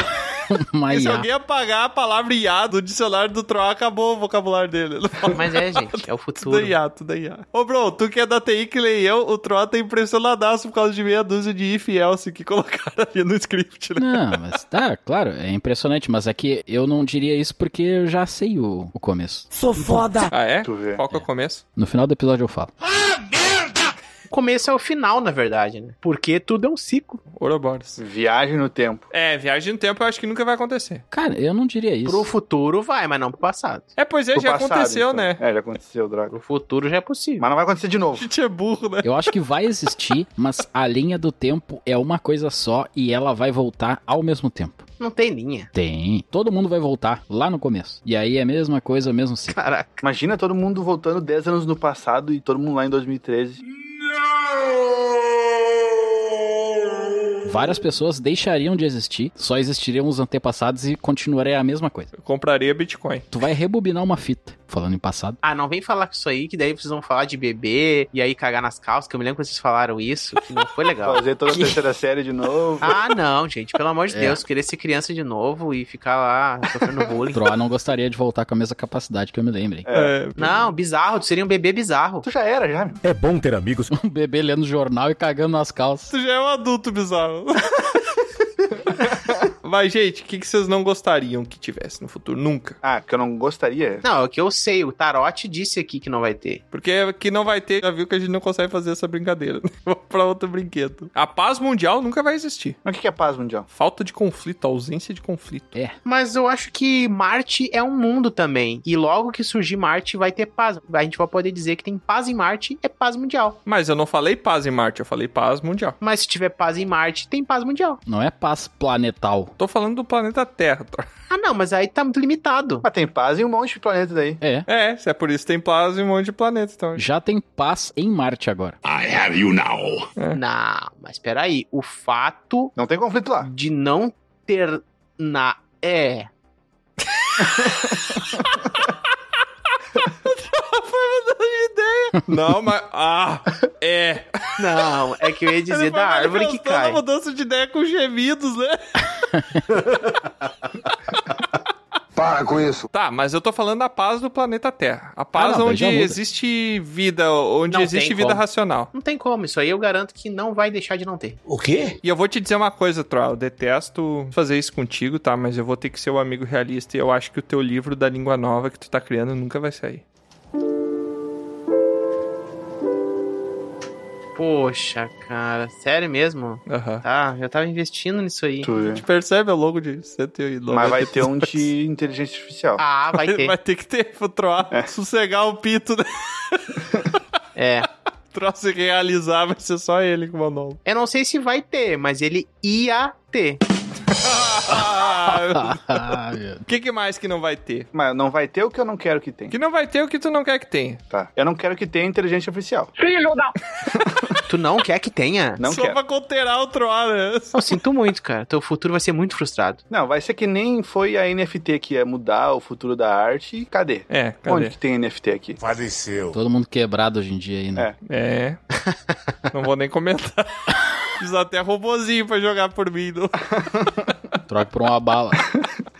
[SPEAKER 2] Uma
[SPEAKER 1] E se
[SPEAKER 2] IA.
[SPEAKER 1] alguém apagar a palavra IA do dicionário do Troll, acabou o vocabulário dele.
[SPEAKER 3] Mas é, gente, é o
[SPEAKER 1] Tudo
[SPEAKER 3] futuro.
[SPEAKER 1] é IA, tudo é IA. Ô, bro, tu que é da TI, que nem eu, o Troll tá impressionadaço por causa de meia dúzia de if e else que colocaram ali no script, né?
[SPEAKER 2] Não, mas tá, claro, é impressionante, mas aqui eu não diria isso porque eu já sei o, o começo.
[SPEAKER 1] Sou foda! Ah, é? Qual que é o começo?
[SPEAKER 2] No final do episódio eu falo.
[SPEAKER 3] O começo é o final, na verdade, né? Porque tudo é um ciclo.
[SPEAKER 1] Ouroboros.
[SPEAKER 5] Viagem no tempo.
[SPEAKER 1] É, viagem no tempo eu acho que nunca vai acontecer.
[SPEAKER 2] Cara, eu não diria isso.
[SPEAKER 3] Pro futuro vai, mas não pro passado.
[SPEAKER 1] É, pois é,
[SPEAKER 5] Pro
[SPEAKER 1] já
[SPEAKER 5] passado,
[SPEAKER 1] aconteceu,
[SPEAKER 5] então.
[SPEAKER 1] né?
[SPEAKER 5] É, já aconteceu, Drago.
[SPEAKER 3] Pro futuro já é possível.
[SPEAKER 5] Mas não vai acontecer de
[SPEAKER 1] A
[SPEAKER 5] novo.
[SPEAKER 1] gente é burro, né?
[SPEAKER 2] Eu acho que vai existir, mas a linha do tempo é uma coisa só e ela vai voltar ao mesmo tempo.
[SPEAKER 3] Não tem linha.
[SPEAKER 2] Tem. Todo mundo vai voltar lá no começo. E aí é a mesma coisa, o mesmo ciclo.
[SPEAKER 3] Caraca.
[SPEAKER 5] Imagina todo mundo voltando 10 anos no passado e todo mundo lá em 2013.
[SPEAKER 2] Várias pessoas deixariam de existir, só existiriam os antepassados e continuaria a mesma coisa.
[SPEAKER 1] Eu compraria Bitcoin.
[SPEAKER 2] Tu vai rebobinar uma fita, falando em passado.
[SPEAKER 3] Ah, não vem falar com isso aí, que daí vocês vão falar de bebê e aí cagar nas calças, que eu me lembro que vocês falaram isso, que não foi legal.
[SPEAKER 5] Fazer toda a terceira série de novo.
[SPEAKER 3] ah, não, gente, pelo amor de
[SPEAKER 2] É.
[SPEAKER 3] Deus, querer ser criança de novo e ficar lá sofrendo bullying.
[SPEAKER 2] Troá não gostaria de voltar com a mesma capacidade que eu me lembre.
[SPEAKER 1] É.
[SPEAKER 3] Não, bizarro, tu seria um bebê bizarro.
[SPEAKER 5] Tu já era, já. meu.
[SPEAKER 12] É bom ter amigos.
[SPEAKER 2] Um bebê lendo jornal e cagando nas calças.
[SPEAKER 1] Tu já é um adulto bizarro. Mas, gente, o que, que vocês não gostariam que tivesse no futuro? Nunca.
[SPEAKER 5] Ah, que eu não gostaria.
[SPEAKER 3] Não, é o que eu sei, o Tarote disse aqui que não vai ter.
[SPEAKER 1] Porque que não vai ter, já viu que a gente não consegue fazer essa brincadeira. né? Vamos pra outro brinquedo. A paz mundial nunca vai existir.
[SPEAKER 5] Mas o que que é paz mundial?
[SPEAKER 1] Falta de conflito, ausência de conflito.
[SPEAKER 3] Mas eu acho que Marte é um mundo também. E logo que surgir Marte vai ter paz. A gente vai poder dizer que tem paz em Marte, é paz mundial.
[SPEAKER 1] Mas eu não falei paz em Marte, eu falei paz mundial.
[SPEAKER 3] Mas se tiver paz em Marte, tem paz mundial.
[SPEAKER 2] Não é paz planetal.
[SPEAKER 1] Tô falando do planeta Terra. tá?
[SPEAKER 3] Ah, não, mas aí tá muito limitado.
[SPEAKER 5] Mas tem paz em um monte de planeta daí.
[SPEAKER 2] É.
[SPEAKER 1] É, se é por isso que tem paz em um monte de planeta. Então,
[SPEAKER 2] Já tem paz em Marte agora.
[SPEAKER 4] I have you now.
[SPEAKER 3] Não, mas peraí. O fato
[SPEAKER 5] Não tem conflito lá.
[SPEAKER 3] de não ter na. É.
[SPEAKER 1] Não, mas. Ah! É!
[SPEAKER 3] Não, é que eu ia dizer da árvore que
[SPEAKER 1] Toda
[SPEAKER 3] cai.
[SPEAKER 1] mudança de ideia com gemidos, né?
[SPEAKER 11] Para com isso.
[SPEAKER 1] Tá, mas eu tô falando da paz do planeta Terra. A paz
[SPEAKER 2] Ah, não, daí
[SPEAKER 1] onde
[SPEAKER 2] já muda.
[SPEAKER 1] existe vida, onde
[SPEAKER 3] Não
[SPEAKER 1] existe
[SPEAKER 3] tem
[SPEAKER 1] vida
[SPEAKER 3] como.
[SPEAKER 1] racional.
[SPEAKER 3] Não tem como, isso aí eu garanto que não vai deixar de não ter.
[SPEAKER 11] O quê?
[SPEAKER 1] E eu vou te dizer uma coisa, Troll. Eu detesto fazer isso contigo, tá? Mas eu vou ter que ser um amigo realista e eu acho que o teu livro da língua nova que tu tá criando nunca vai sair.
[SPEAKER 3] Poxa, cara, sério mesmo?
[SPEAKER 1] Aham.
[SPEAKER 3] Tá, eu tava investindo nisso aí.
[SPEAKER 5] Tu
[SPEAKER 1] A gente percebe ao longo de 109
[SPEAKER 5] Mas vai ter um
[SPEAKER 1] episódios.
[SPEAKER 5] de inteligência artificial.
[SPEAKER 3] Ah, vai ter.
[SPEAKER 1] Vai ter que ter pro Troll
[SPEAKER 5] É.
[SPEAKER 1] sossegar o pito, né?
[SPEAKER 3] É.
[SPEAKER 1] O Troll se realizar, vai ser só ele com o monólogo.
[SPEAKER 3] Eu não sei se vai ter, mas ele ia ter.
[SPEAKER 1] Ah,
[SPEAKER 2] Ah, meu.
[SPEAKER 1] O que, que mais que não vai ter?
[SPEAKER 5] Mas não vai ter o que eu não quero que tenha.
[SPEAKER 1] Que não vai ter é o que tu não quer que tenha.
[SPEAKER 5] Tá. Eu não quero que tenha inteligência artificial.
[SPEAKER 3] Tu não quer que tenha?
[SPEAKER 5] Não
[SPEAKER 1] Só
[SPEAKER 5] quero.
[SPEAKER 1] pra conteirar o Troll, né?
[SPEAKER 3] Eu sinto muito, cara. Teu futuro vai ser muito frustrado.
[SPEAKER 5] Não, vai ser que nem foi a NFT que ia mudar o futuro da arte. Cadê?
[SPEAKER 1] É,
[SPEAKER 5] Onde
[SPEAKER 1] cadê?
[SPEAKER 5] que tem NFT aqui?
[SPEAKER 11] Faleceu.
[SPEAKER 2] Todo mundo quebrado hoje em dia aí, né?
[SPEAKER 5] É.
[SPEAKER 1] É. Não vou nem comentar. Fiz até robozinho pra jogar por mim. não.
[SPEAKER 2] Troca por uma bala.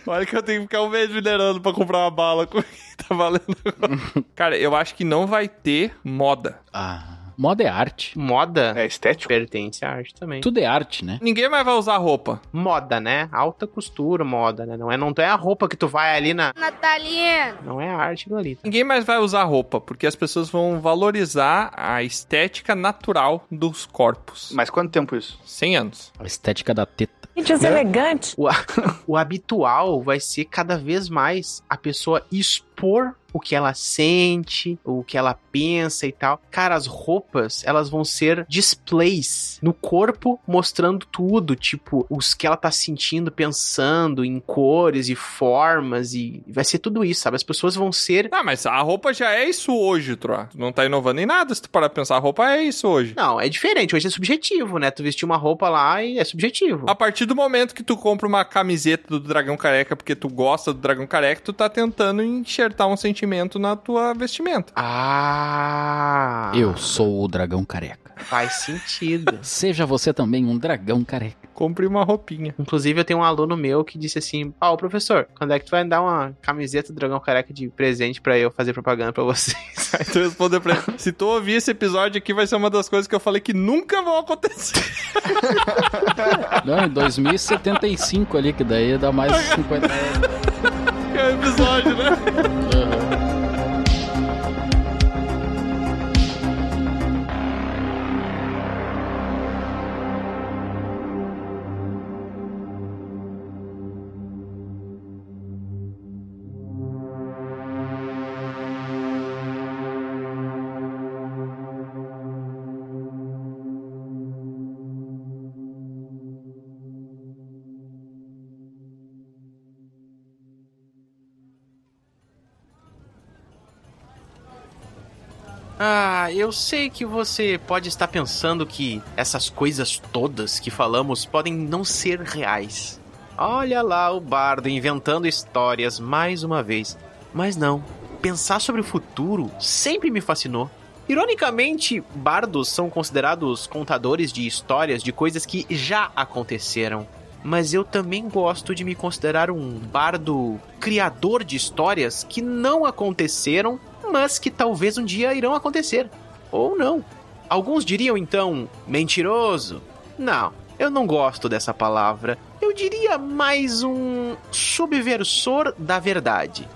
[SPEAKER 1] Olha que eu tenho que ficar um mês minerando pra comprar uma bala com o que tá valendo agora. Cara, eu acho que não vai ter moda.
[SPEAKER 2] Ah, moda é arte.
[SPEAKER 3] Moda
[SPEAKER 5] É estético?
[SPEAKER 3] pertence à arte também.
[SPEAKER 2] Tudo é arte, né?
[SPEAKER 1] Ninguém mais vai usar roupa.
[SPEAKER 3] Moda, né? Alta costura, moda, né? Não é, não é a roupa que tu vai ali na.
[SPEAKER 9] Natalina!
[SPEAKER 3] Não é a arte aquilo ali. tá?
[SPEAKER 1] Ninguém mais vai usar roupa, porque as pessoas vão valorizar a estética natural dos corpos.
[SPEAKER 5] Mas quanto tempo isso?
[SPEAKER 1] 100 anos.
[SPEAKER 2] A estética da teta.
[SPEAKER 3] O, o habitual vai ser cada vez mais a pessoa expor o que ela sente, o que ela pensa e tal. Cara, as roupas, elas vão ser displays no corpo mostrando tudo, tipo, os que ela tá sentindo, pensando em cores e formas e vai ser tudo isso, sabe? As pessoas vão ser
[SPEAKER 1] Ah, mas a roupa já é isso hoje, Troa. Tu não tá inovando em nada se tu parar pra pensar. A roupa é isso hoje.
[SPEAKER 3] Não, é diferente. Hoje é subjetivo, né? Tu vestir uma roupa lá e é subjetivo.
[SPEAKER 1] A partir do momento que tu compra uma camiseta do Dragão Careca porque tu gosta do Dragão Careca, tu tá tentando enxertar um sentimento na tua vestimenta.
[SPEAKER 3] Ah!
[SPEAKER 2] Eu sou o dragão careca.
[SPEAKER 3] Faz sentido.
[SPEAKER 2] Seja você também um dragão careca.
[SPEAKER 1] Comprei uma roupinha.
[SPEAKER 3] Inclusive, eu tenho um aluno meu que disse assim: Ó, professor, quando é que tu vai dar uma camiseta do Dragão Careca de presente pra eu fazer propaganda pra vocês?
[SPEAKER 1] Aí tu respondeu Então pra ele: se tu ouvir esse episódio aqui, vai ser uma das coisas que eu falei que nunca vão acontecer.
[SPEAKER 2] Não, em 2075 ali, que daí dá mais 50 anos.
[SPEAKER 1] Que é o episódio, né?
[SPEAKER 3] Ah, eu sei que você pode estar pensando que essas coisas todas que falamos podem não ser reais. Olha lá o bardo inventando histórias mais uma vez. Mas não, pensar sobre o futuro sempre me fascinou. Ironicamente, bardos são considerados contadores de histórias de coisas que já aconteceram. Mas eu também gosto de me considerar um bardo criador de histórias que não aconteceram mas que talvez um dia irão acontecer. Ou não. Alguns diriam então mentiroso. Não, eu não gosto dessa palavra. Eu diria mais um subversor da verdade.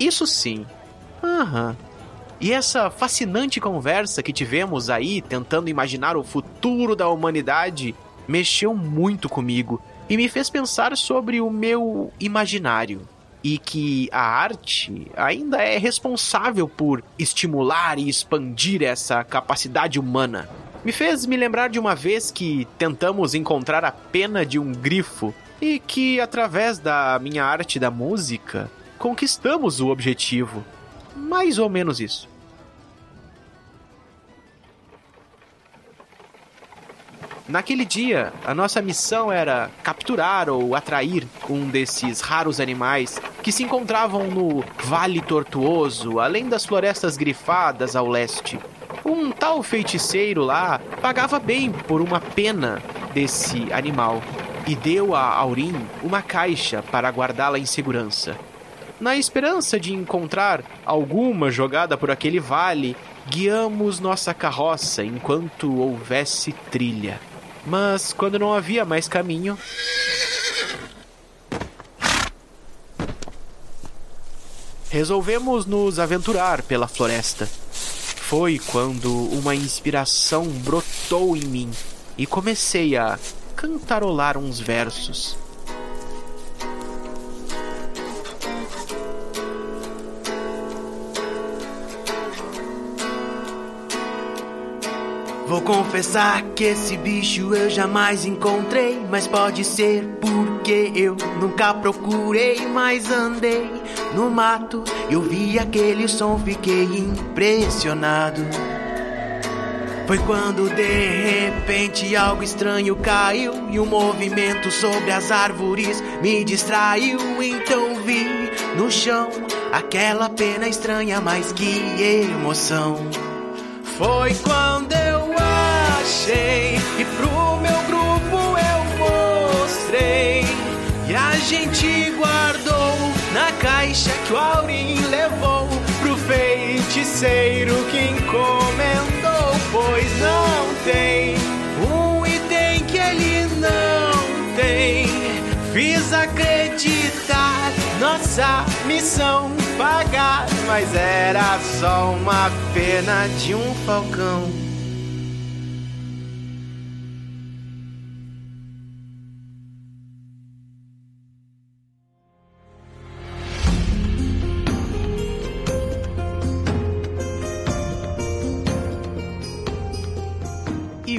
[SPEAKER 3] Isso sim. Aham. E essa fascinante conversa que tivemos aí tentando imaginar o futuro da humanidade mexeu muito comigo e me fez pensar sobre o meu imaginário e que a arte ainda é responsável por estimular e expandir essa capacidade humana. Me fez me lembrar de uma vez que tentamos encontrar a pena de um grifo e que, através da minha arte da música, conquistamos o objetivo. Mais ou menos isso. Naquele dia, a nossa missão era capturar ou atrair um desses raros animais que se encontravam no Vale Tortuoso, além das florestas grifadas ao leste. Um tal feiticeiro lá pagava bem por uma pena desse animal e deu a Aurim uma caixa para guardá-la em segurança. Na esperança de encontrar alguma jogada por aquele vale, guiamos nossa carroça enquanto houvesse trilha. Mas quando não havia mais caminho. Resolvemos nos aventurar pela floresta. Foi quando uma inspiração brotou em mim e comecei a cantarolar uns versos.
[SPEAKER 12] Vou confessar que esse bicho eu jamais encontrei, mas pode ser porque eu nunca procurei, mas andei no mato e ouvi aquele som, fiquei impressionado. Foi quando de repente algo estranho caiu e o um movimento sobre as árvores me distraiu, então vi no chão aquela pena estranha, mas que emoção. Foi quando eu achei e pro meu grupo eu mostrei. E a gente guardou na caixa que o Aurim levou pro feiticeiro que encomendou. Pois não tem um item que ele não tem. Fiz acreditar nossa missão pagar, mas era só uma pena de um falcão.
[SPEAKER 3] e